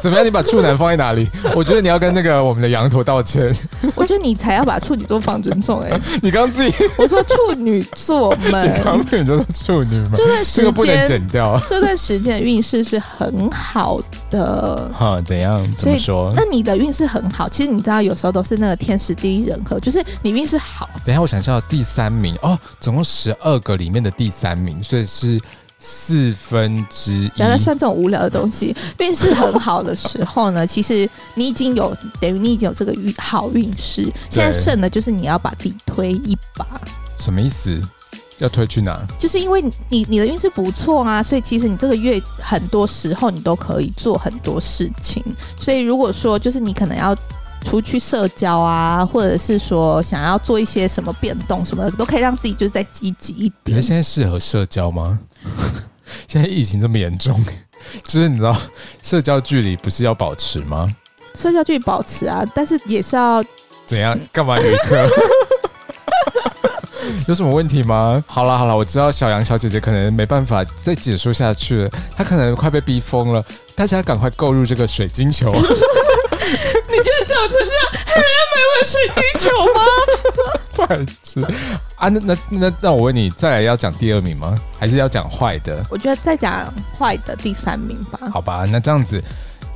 Speaker 1: 怎么样？你把处男放在哪里？我觉得你要跟那个我们的羊驼道歉。
Speaker 2: 我觉得你才要把处女座放尊重哎、
Speaker 1: 你刚刚自己
Speaker 2: 我说处女座们，
Speaker 1: 刚刚你就是处女嘛，
Speaker 2: 这段
Speaker 1: 这个
Speaker 2: 时
Speaker 1: 不能
Speaker 2: 间
Speaker 1: 剪掉。
Speaker 2: 这段时间的运势是很好的。
Speaker 1: 哈，怎样？怎
Speaker 2: 所
Speaker 1: 么
Speaker 2: 以
Speaker 1: 说？
Speaker 2: 那你的运势很好，其实你知道，有时候都是那个天时地利人和，就是你运势好，
Speaker 1: 等一下，我想一下，第三名哦，总共十二个里面的第三名，所以是四分之一。
Speaker 2: 不要再算这种无聊的东西。运势很好的时候
Speaker 3: 嗯
Speaker 2: 呢，其实你已经有等于你已经有这个运好运势，现在剩的就是你要把自己推一把。
Speaker 1: 什么意思？要推去哪？
Speaker 2: 就是因为你你你的运势不错啊，所以其实你这个月很多时候你都可以做很多事情。所以如果说就是你可能要出去社交啊，或者是说想要做一些什么变动什么的，都可以让自己就是再积极一
Speaker 1: 你
Speaker 2: 点。
Speaker 1: 现在适合社交 吗？现在疫情这么严重，就是你知道社交距离不是要保持吗？
Speaker 2: 社交距离保持啊，但是也 是要
Speaker 1: 怎样？干嘛语塞？ 有什么问题吗？好啦好啦，我知道小杨小姐姐可能没办法再解说下去了，她可能快被逼疯了。大家赶快购入这个水晶球，
Speaker 3: 你觉得长成这样还要买碗水晶球吗？
Speaker 1: 白痴啊！那那那那我问你，再来要讲第二名吗？还是要讲坏的？
Speaker 2: 我觉得再讲坏的第三名吧。
Speaker 1: 好吧，那这样子，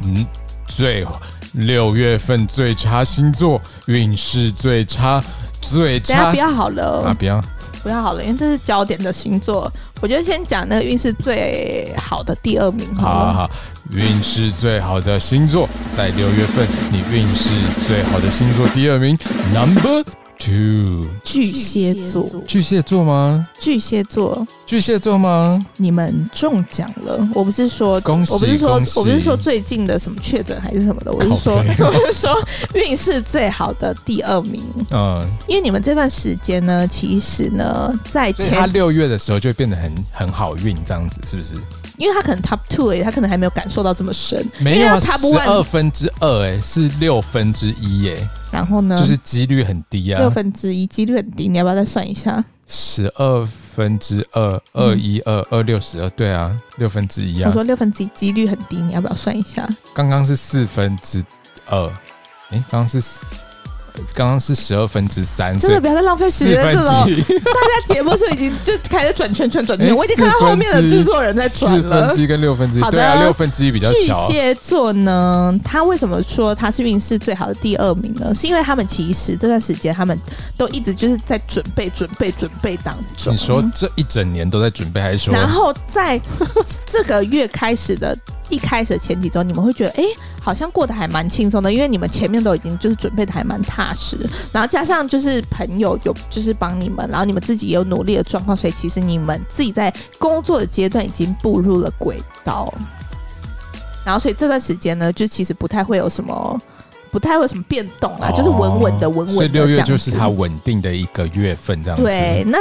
Speaker 1: 嗯，最六月份最差星座运势最差，最
Speaker 2: 等一下
Speaker 1: 差
Speaker 2: 不要好了，
Speaker 1: 啊！不要，
Speaker 2: 不要好了，因为这是焦点的星座。我觉得先讲那个运势最好的第二名好
Speaker 1: 好啊
Speaker 2: 了。
Speaker 1: 好好，运势最好的星座，在六月份，你运势最好的星座第二名，Number Two，
Speaker 2: 巨蟹座，
Speaker 1: 巨蟹座吗？
Speaker 2: 巨蟹座，
Speaker 1: 巨蟹座吗？
Speaker 2: 你们中奖了！我不是说，
Speaker 1: 恭喜
Speaker 2: 我不是说
Speaker 1: 恭，喜
Speaker 2: 我不是说最近的什么确诊还是什么的，我是说，
Speaker 1: 靠背
Speaker 2: 我是说 运势最好的第二名，
Speaker 1: 嗯，
Speaker 2: 因为你们这段时间呢，其实呢，在
Speaker 1: 所以他
Speaker 2: 前，
Speaker 1: 六月的时候就会变得很很好运，这样子是不是？
Speaker 2: 因为他可能 top two 而已，他可能还没有感受到这么深，
Speaker 1: 没有
Speaker 2: 因
Speaker 1: 啊，
Speaker 2: 为他
Speaker 1: 十
Speaker 2: top
Speaker 1: 二
Speaker 2: one，
Speaker 1: 分之二，哎，是六分之一，哎，
Speaker 2: 然后呢，
Speaker 1: 就是几率很低啊，
Speaker 2: 嗯六分之一几率很低，你要不要再算一下？
Speaker 1: 十二分之二，二一二二六十二，对啊，六分之一
Speaker 2: 我
Speaker 1: 啊。
Speaker 2: 说六分之一几率很低，你要不要算一下？
Speaker 1: 刚刚是四分之二，诶，刚刚是四刚刚是十二分之三，
Speaker 2: 真
Speaker 1: 所以
Speaker 2: 的不要再浪费
Speaker 1: 四
Speaker 2: 时间
Speaker 1: 分
Speaker 2: 了哦。
Speaker 1: 之一，
Speaker 2: 大家节目是已经就开始转圈圈转圈，
Speaker 1: 哎
Speaker 2: 我已经看到后面的制 作人在转
Speaker 1: 四分
Speaker 2: 了
Speaker 1: 之。一跟六分之一
Speaker 2: 好，的
Speaker 1: 对啊，六分之一比较
Speaker 2: 巨
Speaker 1: 小。啊
Speaker 2: 蟹座呢，他为什么说他是运势最好的第二名呢？是因为他们其实这段时间他们都一直就是在准备、准备、准备当中。
Speaker 1: 你说这一整年都在准备，还是说
Speaker 2: 然后在这个月开始的一开始的前几周，你们会觉得哎、诶好像过得还蛮轻松的，因为你们前面都已经就是准备的还蛮踏实，然后加上就是朋友有就是帮你们，然后你们自己也有努力的状况，所以其实你们自己在工作的阶段已经步入了轨道。然后所以这段时间呢，就其实不太会有什么。不太会有什么变动啦，啊就是稳稳的、
Speaker 1: 哦
Speaker 2: 稳稳
Speaker 1: 所
Speaker 2: 的
Speaker 1: 以
Speaker 2: 这样
Speaker 1: 六
Speaker 2: 子。
Speaker 1: 月就是它稳定的一个月份，这样子。
Speaker 2: 对，那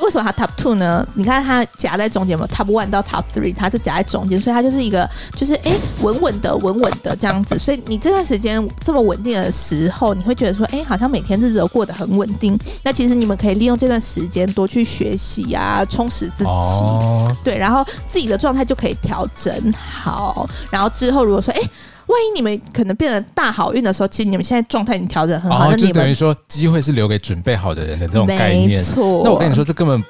Speaker 2: 为什么它 top two 呢？你看它夹在中间嘛，top one 到 top three，它是夹在中间，所以它就是一个就是哎稳稳的、稳稳的这样子。所以你这段时间这么稳定的时候，你会觉得说，哎，好像每天日子都过得很稳定。那其实你们可以利用这段时间多去学习啊，充实自己。嗯
Speaker 1: 哦，
Speaker 2: 对，然后自己的状态就可以调整好，然后之后如果说，哎，万一你们可能变得大好运的时候，其实你们现在状态已经调整很好，
Speaker 1: 哦，
Speaker 2: 那
Speaker 1: 就
Speaker 2: 你
Speaker 1: 等于
Speaker 2: 们
Speaker 1: 说机会是留给准备好的人的这种概
Speaker 2: 没
Speaker 1: 念。
Speaker 2: 错。
Speaker 1: 那我跟你说，这根本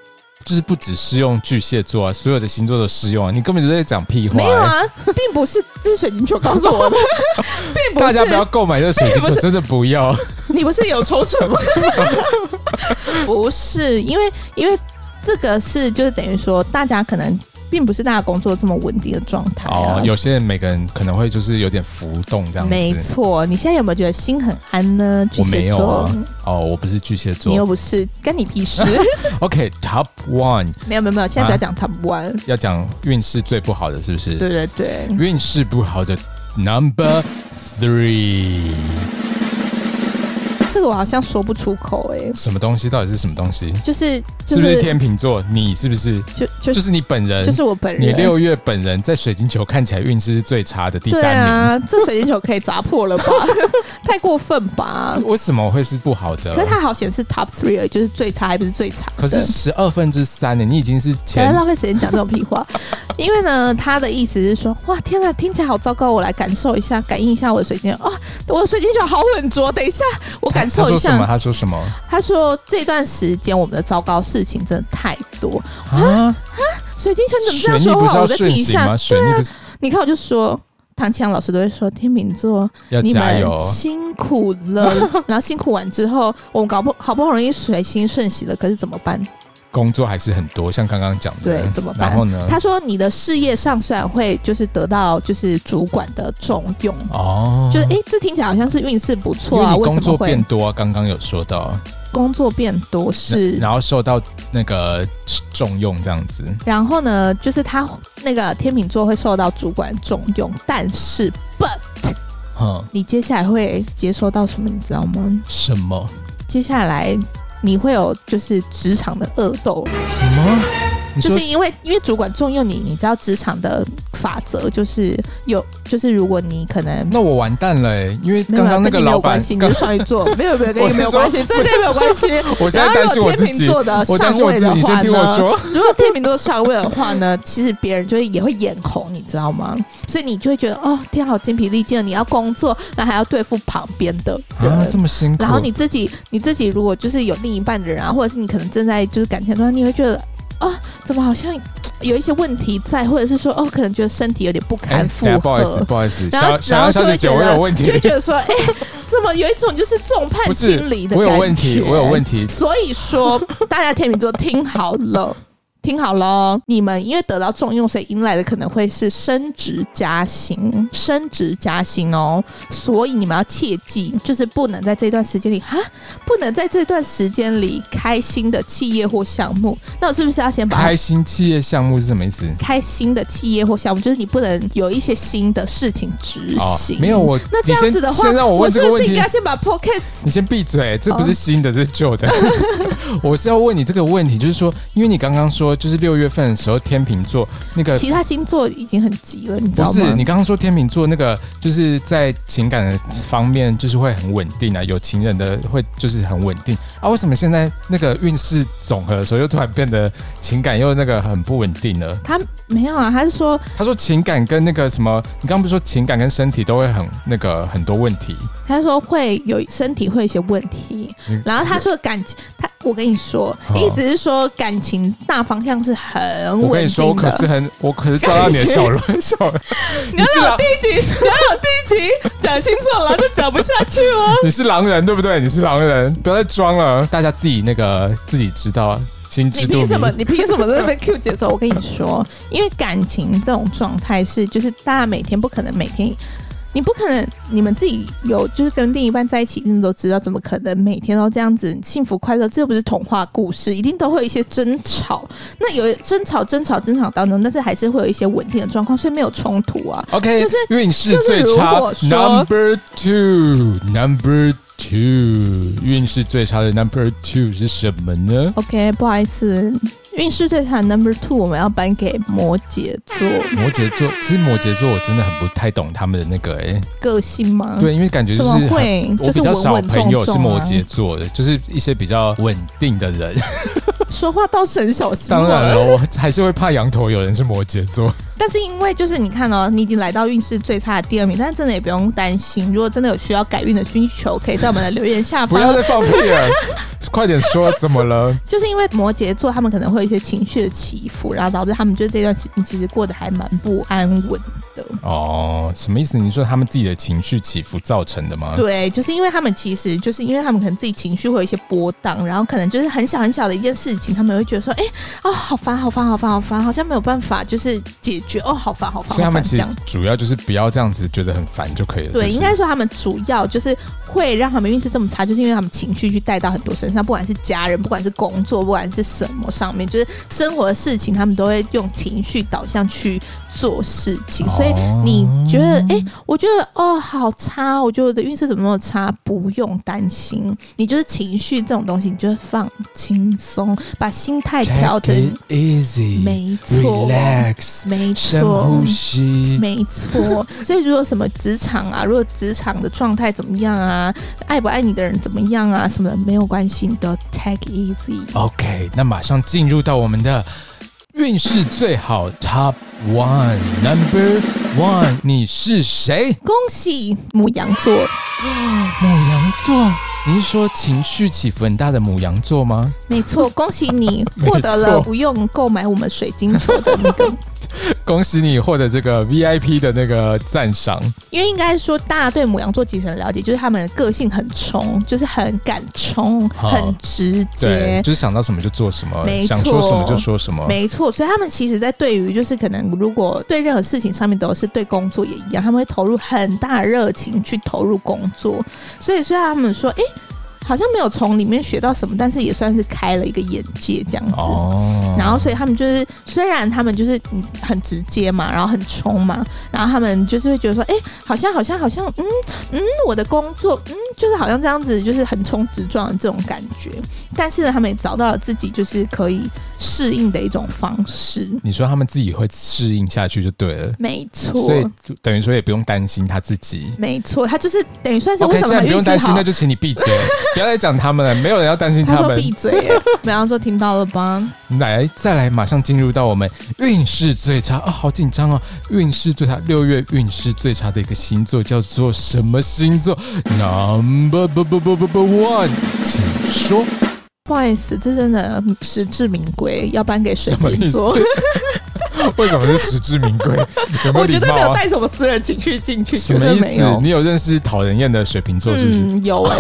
Speaker 1: 就是不只适用巨蟹座啊，所有的星座都适用啊，你根本就在讲屁话、
Speaker 2: 没有啊，并不是，这是水晶球告诉 我的，并不
Speaker 1: 大
Speaker 2: 是。
Speaker 1: 家不要购买这个水晶
Speaker 2: 不
Speaker 1: 球，
Speaker 2: 是
Speaker 1: 真的不要。
Speaker 2: 你不是有抽 成吗？不是，因为因为这个是就是等于说，大家可能并不是大家工作这么稳定的状态啊。
Speaker 1: 哦，有些人每个人可能会就是有点浮动这样
Speaker 2: 没
Speaker 1: 子。
Speaker 2: 错，你现在有没有觉得心很安呢？巨
Speaker 1: 我没
Speaker 2: 蟹
Speaker 1: 有
Speaker 2: 座，
Speaker 1: 啊，哦，我不是巨蟹
Speaker 2: 你又
Speaker 1: 座。
Speaker 2: 不是，干你 屁事！
Speaker 1: OK，Top、One
Speaker 2: 没有没有没有，现在不要讲 top one，、
Speaker 1: 要讲运势最不好的是不是？
Speaker 2: 对对对，
Speaker 1: 运势不好的 Number Three，
Speaker 2: 这个我好像说不出口哎、
Speaker 1: 什么东西？到底是什么东西？
Speaker 2: 就是就是
Speaker 1: 不是天秤座？你是不是？
Speaker 2: 就就
Speaker 1: 就是你本人，
Speaker 2: 就是我本人，
Speaker 1: 你六月本人在水晶球看起来运势是最差的第
Speaker 2: 对
Speaker 1: 三名，
Speaker 2: 啊，这水晶球可以砸破 了吧？太过分吧？
Speaker 1: 为什么会是不好的
Speaker 2: 可？是它好显示 top three，而已就是最差，还不是最差的。
Speaker 1: 呃可是十二分之三呢？你已经是
Speaker 2: 不要
Speaker 1: 前
Speaker 2: 浪费时间讲这种屁话， 因为呢，他的意思是说，哇，天哪，听起来好糟糕，我来感受一下，感应一下我的水晶球啊，我的水晶球好稳拙，等一下我感受一
Speaker 1: 他
Speaker 2: 下。啊
Speaker 1: 他说什么？
Speaker 2: 他说这段时间我们的糟糕事情真的太多，
Speaker 1: 他说什么啊？
Speaker 2: 水晶球你怎么这
Speaker 1: 旋律
Speaker 2: 样说
Speaker 1: 不是
Speaker 2: 话？
Speaker 1: 要
Speaker 2: 我再听
Speaker 1: 顺
Speaker 2: 一
Speaker 1: 行
Speaker 2: 下
Speaker 1: 吗？，旋律不是
Speaker 2: 你看我就说。唐启阳老师都会说天秤座
Speaker 1: 要
Speaker 2: 啊你
Speaker 1: 加
Speaker 2: 们
Speaker 1: 油？
Speaker 2: 辛苦
Speaker 1: 嗯
Speaker 2: 了，然后辛苦完之后，我们搞不好不容易水星顺喜了，可是怎么办？
Speaker 1: 工作还是很多，像刚刚讲的，
Speaker 2: 对怎么办
Speaker 1: 然后呢？
Speaker 2: 他说你的事业上虽然会就是得到就是主管的重用，
Speaker 1: 哦，
Speaker 2: 就是哎、诶这听起来好像是运势不
Speaker 1: 因
Speaker 2: 错
Speaker 1: 为
Speaker 2: 啊，
Speaker 1: 你
Speaker 2: 为
Speaker 1: 工
Speaker 2: 什
Speaker 1: 作
Speaker 2: 么会
Speaker 1: 变多啊，刚刚有说到，
Speaker 2: 工作变多是？
Speaker 1: 然后受到那个重用这样子，
Speaker 2: 然后呢，就是他那个天秤座会受到主管重用，但是 but
Speaker 1: 哼，
Speaker 2: 你接下来会接收到什么，你知道吗？
Speaker 1: 什么
Speaker 2: 接下来你会有就是职场的恶斗，
Speaker 1: 什么？你
Speaker 2: 就
Speaker 1: 说
Speaker 2: 是因为因为主管重用你，你知道职场的法则就是有，就是如果你可能。
Speaker 1: 那我完蛋了、欸，因为
Speaker 2: 没有啊
Speaker 1: 刚刚那
Speaker 2: 跟
Speaker 1: 个
Speaker 2: 你没
Speaker 1: 老
Speaker 2: 有
Speaker 1: 板
Speaker 2: 关系，，你
Speaker 1: 刚
Speaker 2: 是双鱼座， 没有没有跟
Speaker 1: 我
Speaker 2: 你
Speaker 1: 是
Speaker 2: 没有关系，这跟你没有关系。
Speaker 1: 我现在
Speaker 2: 然后
Speaker 1: 担
Speaker 2: 如
Speaker 1: 心
Speaker 2: 果
Speaker 1: 我
Speaker 2: 天
Speaker 1: 自己
Speaker 2: 秤，座的
Speaker 1: 我担
Speaker 2: 上
Speaker 1: 心我
Speaker 2: 位
Speaker 1: 自
Speaker 2: 的
Speaker 1: 己，你先
Speaker 2: 话
Speaker 1: 听我
Speaker 2: 呢，
Speaker 1: 说。
Speaker 2: 如果天秤座上位的话呢，其实别人就会也会眼红，你知道吗？所以你就会觉得哦，天啊，好精疲力尽了，你要工作，那还要对付旁边的人。
Speaker 1: 啊，这么辛苦，
Speaker 2: 然后你自己，你自己如果就是有另一半的人啊，或者是你可能正在就是感情中，你会觉得啊，怎么好像嘖有一些问题在，或者是说哦，可能觉得身体有点不
Speaker 1: 哎
Speaker 2: 堪负
Speaker 1: 等下，
Speaker 2: 荷
Speaker 1: 不好意思，不好意思，
Speaker 2: 然后
Speaker 1: 小
Speaker 2: 然
Speaker 1: 小
Speaker 2: 后
Speaker 1: 杨小姐姐，
Speaker 2: 就会觉
Speaker 1: 我
Speaker 2: 得
Speaker 1: 有问
Speaker 2: 就会觉
Speaker 1: 题，
Speaker 2: 得说，哎、怎么有一种就是众叛
Speaker 1: 不是
Speaker 2: 亲离的
Speaker 1: 我有
Speaker 2: 感
Speaker 1: 问题，
Speaker 2: 觉
Speaker 1: 我有问题，
Speaker 2: 所以说，大家天秤座听好了， 听好了，哦你们因为得到重用，所以迎来的可能会是升职加薪，升职加薪哦。所以你们要切记，就是不能在这段时间里哈，不能在这段时间里开新的企业或项目。那我是不是要先把它
Speaker 1: 开心企业项目是什么意思？
Speaker 2: 开新的企业或项目？就是你不能有一些新的事情执
Speaker 1: 哦
Speaker 2: 行。，
Speaker 1: 没有。我，
Speaker 2: 那这
Speaker 1: 你
Speaker 2: 样
Speaker 1: 先
Speaker 2: 子的话，
Speaker 1: 先让我问这
Speaker 2: 是
Speaker 1: 个
Speaker 2: 不
Speaker 1: 问
Speaker 2: 是应
Speaker 1: 题
Speaker 2: 该，先把 podcast
Speaker 1: 你先闭嘴，这不
Speaker 2: 哦
Speaker 1: 是新的，这是旧 的。我是要问你这个问题，就是说，因为你刚刚说，就是六月份的时候，天秤座那个
Speaker 2: 其他星座已经很急了，你知
Speaker 1: 不
Speaker 2: 道
Speaker 1: 是
Speaker 2: 吗？
Speaker 1: 你刚刚说天秤座那个，就是在情感的方面就是会很稳定啊，有情人的会就是很稳定啊。为什么现在那个运势总和的时候，又突然变得情感又那个很不稳定了？
Speaker 2: 他没有啊，他是说
Speaker 1: 他说情感跟那个什么，你刚刚不是说情感跟身体都会很那个很多问题？
Speaker 2: 他说会有身体会有一些问题，
Speaker 1: 嗯
Speaker 2: 然后他说感情，他我跟你说，
Speaker 1: 哦
Speaker 2: 意思是说感情大方向是很
Speaker 1: 我跟
Speaker 2: 稳
Speaker 1: 你说，我
Speaker 2: 定
Speaker 1: 可是
Speaker 2: 的。
Speaker 1: 很，我可是抓到 你的小轮小轮，你是啊狼，
Speaker 3: 第一集，然后第一集讲星座，然后就讲不下去了。
Speaker 1: 你是狼人对不对？你是狼人，不要再装了，大家自己那个自己知道，心知
Speaker 2: 你
Speaker 1: 肚
Speaker 2: 凭
Speaker 1: 明
Speaker 2: 什么？你凭什么在那边 Q 节奏？我跟 你说，因为感情这种状态是，就是大家每天不可能每天，你不可能你们自己有就是跟另一半在一起，一定都知道，怎么可能每天都这样子幸福快乐？这又不是童话故事，一定都会有一些争吵。那有争吵、争吵、争吵当中，但是还是会有一些稳定的状况，所以没有冲突啊。
Speaker 1: OK，
Speaker 2: 就是
Speaker 1: 运势最
Speaker 2: 就是如
Speaker 1: 差
Speaker 2: 果说
Speaker 1: number two，number two，运势最差的 number two 是什么呢？
Speaker 2: OK，不好意思，运势最惨 Number Two，我们要颁给摩羯座，
Speaker 1: 摩羯座，其实摩羯座我真的很不太懂他们的那个哎、欸
Speaker 2: 个性吗？
Speaker 1: 对，因为感觉就
Speaker 2: 怎么
Speaker 1: 是很。
Speaker 2: 会？
Speaker 1: 我
Speaker 2: 就是
Speaker 1: 比较
Speaker 2: 稳
Speaker 1: 少
Speaker 2: 稳
Speaker 1: 朋
Speaker 2: 重
Speaker 1: 友是
Speaker 2: 重
Speaker 1: 摩
Speaker 2: 啊，
Speaker 1: 羯座的，就是一些比较稳定的人。
Speaker 2: 说话倒是很小心。
Speaker 1: 当然，了，我还是会怕羊驼有人是摩羯座。
Speaker 2: 但是因为就是你看哦，你已经来到运势最差的第二名，但是真的也不用担心。如果真的有需要改运的需求，可以在我们的留言下
Speaker 1: 不
Speaker 2: 方。
Speaker 1: 要再放屁 了，快点说怎么了？
Speaker 2: 就是因为摩羯座他们可能会有一些情绪的起伏，然后导致他们就是这段时间其实过得还蛮不安稳的。
Speaker 1: 哦，什么意思？你说他们自己的情绪起伏造成的吗？
Speaker 2: 对，就是因为他们其实就是因为他们可能自己情绪会有一些波荡，然后可能就是很小很小的一件事情，他们会觉得说，哎、哦，好烦，好烦，好烦，好烦，好像没有办法就是解决，哦，好烦，好烦，
Speaker 1: 所以他
Speaker 2: 好
Speaker 1: 们
Speaker 2: 烦
Speaker 1: 其
Speaker 2: 这
Speaker 1: 实
Speaker 2: 样。
Speaker 1: 主要就是不要这样子觉得很烦就可以了。
Speaker 2: 对，
Speaker 1: 是
Speaker 2: 应
Speaker 1: 不是
Speaker 2: 该说他们主要就是会让他们运势这么差，就是因为他们情绪去带到很多身上，不管是家人，不管是工作，不管是什么上面，就是生活的事情，他们都会用情绪导向去做事情。所以
Speaker 1: 哦
Speaker 2: 你觉得，哎、我觉得哦，好差，我觉得我的运势怎么那么差？不用担心，你就是情绪这种东西，你就是放轻松，把心态
Speaker 1: Take
Speaker 2: 调整，
Speaker 1: it easy，
Speaker 2: 没错，
Speaker 1: ，relax，
Speaker 2: 没
Speaker 1: 深
Speaker 2: 错
Speaker 1: 呼。吸。
Speaker 2: 没错，所以如果什么职场啊，如果职场的状态怎么样啊，爱不爱你的人怎么样啊，什么的没有关系，你都 take easy。
Speaker 1: OK，那马上进入到我们的运势最好 Top One Number One，你是谁？
Speaker 2: 恭喜母羊座，
Speaker 1: 母羊座。你是说情绪起伏很大的母羊座吗？
Speaker 2: 没错，恭喜你
Speaker 1: 没错
Speaker 2: 获得了不用购买我们水晶球的那个
Speaker 1: 恭喜你获得这个 VIP 的那个赞赏。
Speaker 2: 因为应该说，大家对母羊座其实很了解，就是他们个性很冲，就是很敢冲，
Speaker 1: 好
Speaker 2: 很直
Speaker 1: 对
Speaker 2: 接，。
Speaker 1: 就是想到什么就做什么，
Speaker 2: 没
Speaker 1: 想说什么
Speaker 2: 错
Speaker 1: 就说什么。
Speaker 2: 没错，所以他们其实，在对于就是可能如果对任何事情上面都是对工作也一样，他们会投入很大的热情去投入工作。所以虽然他们说，哎、好像没有从里面学到什么，但是也算是开了一个眼界这样子。
Speaker 1: 哦，
Speaker 2: 然后，所以他们就是，虽然他们就是嗯很直接嘛，然后很冲嘛，然后他们就是会觉得说，哎、好像好像好像，嗯嗯，我的工作，嗯，就是好像这样子，就是横冲直撞的这种感觉。但是呢，他们也找到了自己就是可以适应的一种方式。
Speaker 1: 你说他们自己会适应下去就对了，
Speaker 2: 没错
Speaker 1: 所，以就等于说也不用担心他自己。
Speaker 2: 没错，他就是等于算是
Speaker 1: OK，
Speaker 2: 为什
Speaker 1: 既
Speaker 2: 么
Speaker 1: 然不
Speaker 2: 运
Speaker 1: 用
Speaker 2: 气
Speaker 1: 担心，
Speaker 2: 好
Speaker 1: 那。就请你闭 嘴，不要再讲他们了，没有人要担心
Speaker 2: 他说
Speaker 1: 们
Speaker 2: 闭。嘴耶， 母羊座听到了吧？
Speaker 1: 来，再来，马上进入到我们运势最差啊、好紧张哦！运势最差，六月运势最差的一个星座叫做什么星座？Number 不不不不不 one，请说
Speaker 2: 不好意思，这真的实至名归，要颁给水
Speaker 1: 什么意
Speaker 2: 瓶
Speaker 1: 思
Speaker 2: 座。？
Speaker 1: 为什么是实至 名归？有没有
Speaker 2: 我绝
Speaker 1: 礼
Speaker 2: 对没
Speaker 1: 貌
Speaker 2: 有
Speaker 1: 啊？
Speaker 2: 带什么私人情绪进去，
Speaker 1: 什
Speaker 2: 绝
Speaker 1: 么
Speaker 2: 对
Speaker 1: 意
Speaker 2: 没
Speaker 1: 思？
Speaker 2: 有。
Speaker 1: 你有认识讨人厌的水瓶座是不是？
Speaker 2: 嗯，有哎、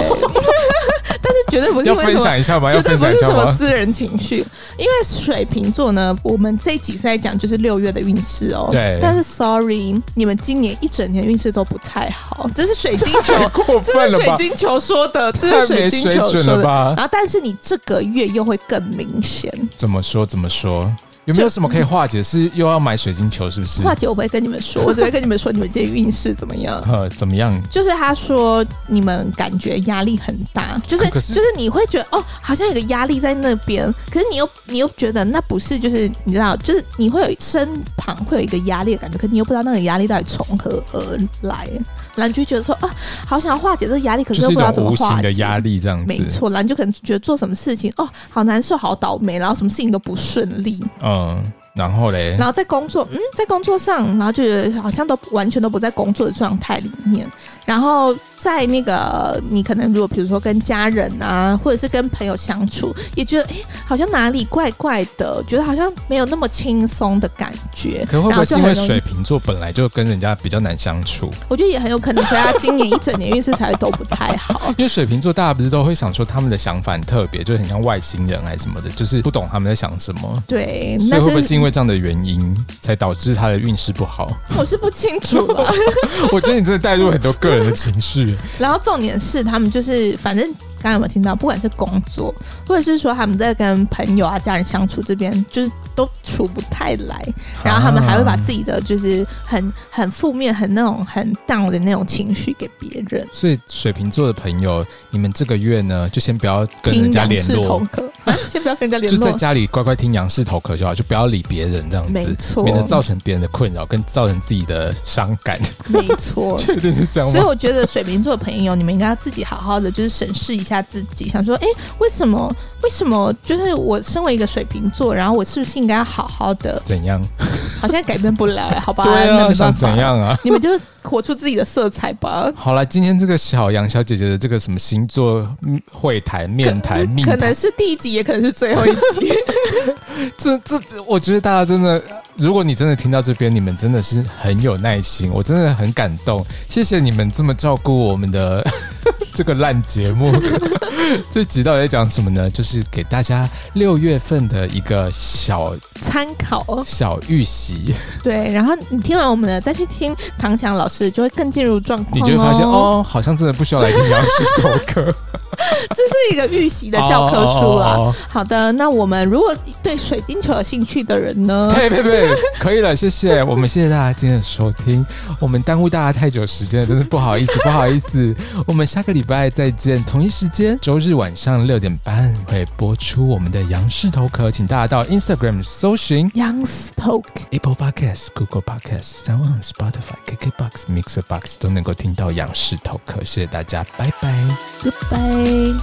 Speaker 2: 但是绝对不是
Speaker 1: 要
Speaker 2: 因为
Speaker 1: 分
Speaker 2: 什么，
Speaker 1: 享一下吗？要
Speaker 2: 绝对
Speaker 1: 分享一
Speaker 2: 不嗯是
Speaker 1: 下
Speaker 2: 什么
Speaker 1: 吗？
Speaker 2: 私人情绪。因为水瓶座呢，我们这一集是在讲就是六月的运势哦。
Speaker 1: 对
Speaker 2: 但是 sorry，你们今年一整年运势都不太好，这是水晶 球
Speaker 1: 太，过
Speaker 2: 这
Speaker 1: 分
Speaker 2: 是
Speaker 1: 了
Speaker 2: 水
Speaker 1: 吧？
Speaker 2: 晶球说的，这
Speaker 1: 太
Speaker 2: 是水
Speaker 1: 没
Speaker 2: 晶
Speaker 1: 水
Speaker 2: 球
Speaker 1: 准
Speaker 2: 说
Speaker 1: 了
Speaker 2: 的。
Speaker 1: 吧？
Speaker 2: 然后，但是你这个月又会更明显。
Speaker 1: 怎么说？怎么说？有没有什么可以化解？是又要买水晶球，是不是？
Speaker 2: 化姐，我不会跟你们说，我只会跟你们说你们今天运势怎么样。
Speaker 1: 呃，怎么样？
Speaker 2: 就是他说你们感觉压力很大，就是
Speaker 1: 可可是
Speaker 2: 就是你会觉得哦，好像有个压力在那边，可是你又你又觉得那不是，就是你知道，就是你会有身旁会有一个压力的感觉，可你又不知道那个压力到底从何而来，然后你就觉得说啊，好想要化解这个压力，可
Speaker 1: 就是
Speaker 2: 又
Speaker 1: 是一
Speaker 2: 不知道
Speaker 1: 种
Speaker 2: 怎么
Speaker 1: 无
Speaker 2: 化
Speaker 1: 形
Speaker 2: 解
Speaker 1: 的压力，这样
Speaker 2: 没
Speaker 1: 子。
Speaker 2: 错，然后你就可能觉得做什么事情哦，好难受，好倒霉，然后什么事情都不顺利，
Speaker 1: 嗯，然后嘞
Speaker 2: 然，后在工作，嗯，在工作上，然后就觉得好像都完全都不在工作的状态里面。然后在那个你可能如果比如说跟家人啊，或者是跟朋友相处，也觉得哎、诶好像哪里怪怪的，觉得好像没有那么轻松的感觉。
Speaker 1: 可会不
Speaker 2: 然后
Speaker 1: 会是
Speaker 2: 就
Speaker 1: 因
Speaker 2: 很
Speaker 1: 为
Speaker 2: 容易
Speaker 1: 水瓶座本来就跟人家比较难相处？
Speaker 2: 我觉得也很有可能，所以他今年一整年运势才会都不太好。
Speaker 1: 因为水瓶座大家不是都会想说他们的想法很特别，就很像外星人还是什么的，就是不懂他们在想什么。
Speaker 2: 对，
Speaker 1: 所
Speaker 2: 嗯那
Speaker 1: 以会不会
Speaker 2: 是
Speaker 1: 是因为这样的原因，才导致他的运势不 好？
Speaker 2: 我是不清楚啦。
Speaker 1: 我觉得你真的带入很多个人的情绪。
Speaker 2: 然后重点是，他们就是反正刚刚有没有听到，不管是工作，或者是说他们在跟朋友啊、家人相处这边，就是都处不太来。然后他们还会把自己的就是很 很负面、很那种很 down 的那种情绪给别人。
Speaker 1: 所以水瓶座的朋友，你们这个月呢，就先不要跟人
Speaker 2: 听
Speaker 1: 家
Speaker 2: 杨
Speaker 1: 联
Speaker 2: 氏头
Speaker 1: 络，
Speaker 2: 壳，啊先不要跟人家
Speaker 1: 就
Speaker 2: 联
Speaker 1: 在
Speaker 2: 络。
Speaker 1: 家里乖乖听杨氏头壳就好，就不要理别人这样
Speaker 2: 没
Speaker 1: 子，
Speaker 2: 错，
Speaker 1: 免得造成别人的困扰，跟造成自己的伤 感。
Speaker 2: 没错。
Speaker 1: 确定是这样
Speaker 2: 所以
Speaker 1: 吗？
Speaker 2: 我觉得水瓶座的朋友，你们应该要自己好好的，就是审视一下自己，想说，哎、为什么？为什么？就是我身为一个水瓶座，然后我是不是应该好好的
Speaker 1: 怎样？
Speaker 2: 好像改变 不来，好吧？
Speaker 1: 对
Speaker 2: 那
Speaker 1: 啊，
Speaker 2: 没办
Speaker 1: 想
Speaker 2: 法。
Speaker 1: 怎？样啊？
Speaker 2: 你们就活出自己的色彩吧。
Speaker 1: 好了，今天这个小杨小姐姐的这个什么星座嗯会谈、面谈、命
Speaker 2: 可
Speaker 1: 谈
Speaker 2: 能，是第一集，也可能是最后一 集。
Speaker 1: 这这，这我觉得大家真的，如果你真的听到这边，你们真的是很有耐心，我真的很感动，谢谢你们这么照顾我们的 这个烂节目。 这集到底在讲什么呢？就是给大家六月份的一个小
Speaker 2: 参考
Speaker 1: 小预习，
Speaker 2: 对，然后你听完我们的，再去听唐强老师，就会更进入状
Speaker 1: 你
Speaker 2: 况、
Speaker 1: 就会发现，哦，好像真的不需要来听杨氏 头壳
Speaker 2: 这是一个预习的教科
Speaker 1: 哦
Speaker 2: 书啊
Speaker 1: 哦哦
Speaker 2: 了。
Speaker 1: 哦
Speaker 2: 好的，那我们如果对水晶球有兴趣的人 呢？
Speaker 1: 呸呸呸！可以了，谢谢，我们谢谢大家今天的收听，我们耽误大家太久时间了，真是不好意思，不好意思。我们下个礼拜再见，同一时间，周日晚上六点半会播出我们的杨氏头壳，请大家到 Instagram 搜寻
Speaker 2: Young Stoke，
Speaker 1: Apple Podcast、Google Podcast、Sound、Spotify、KKBox、Mixer Box 都能够听到杨氏头壳，谢谢大家，拜拜。
Speaker 2: goodbye。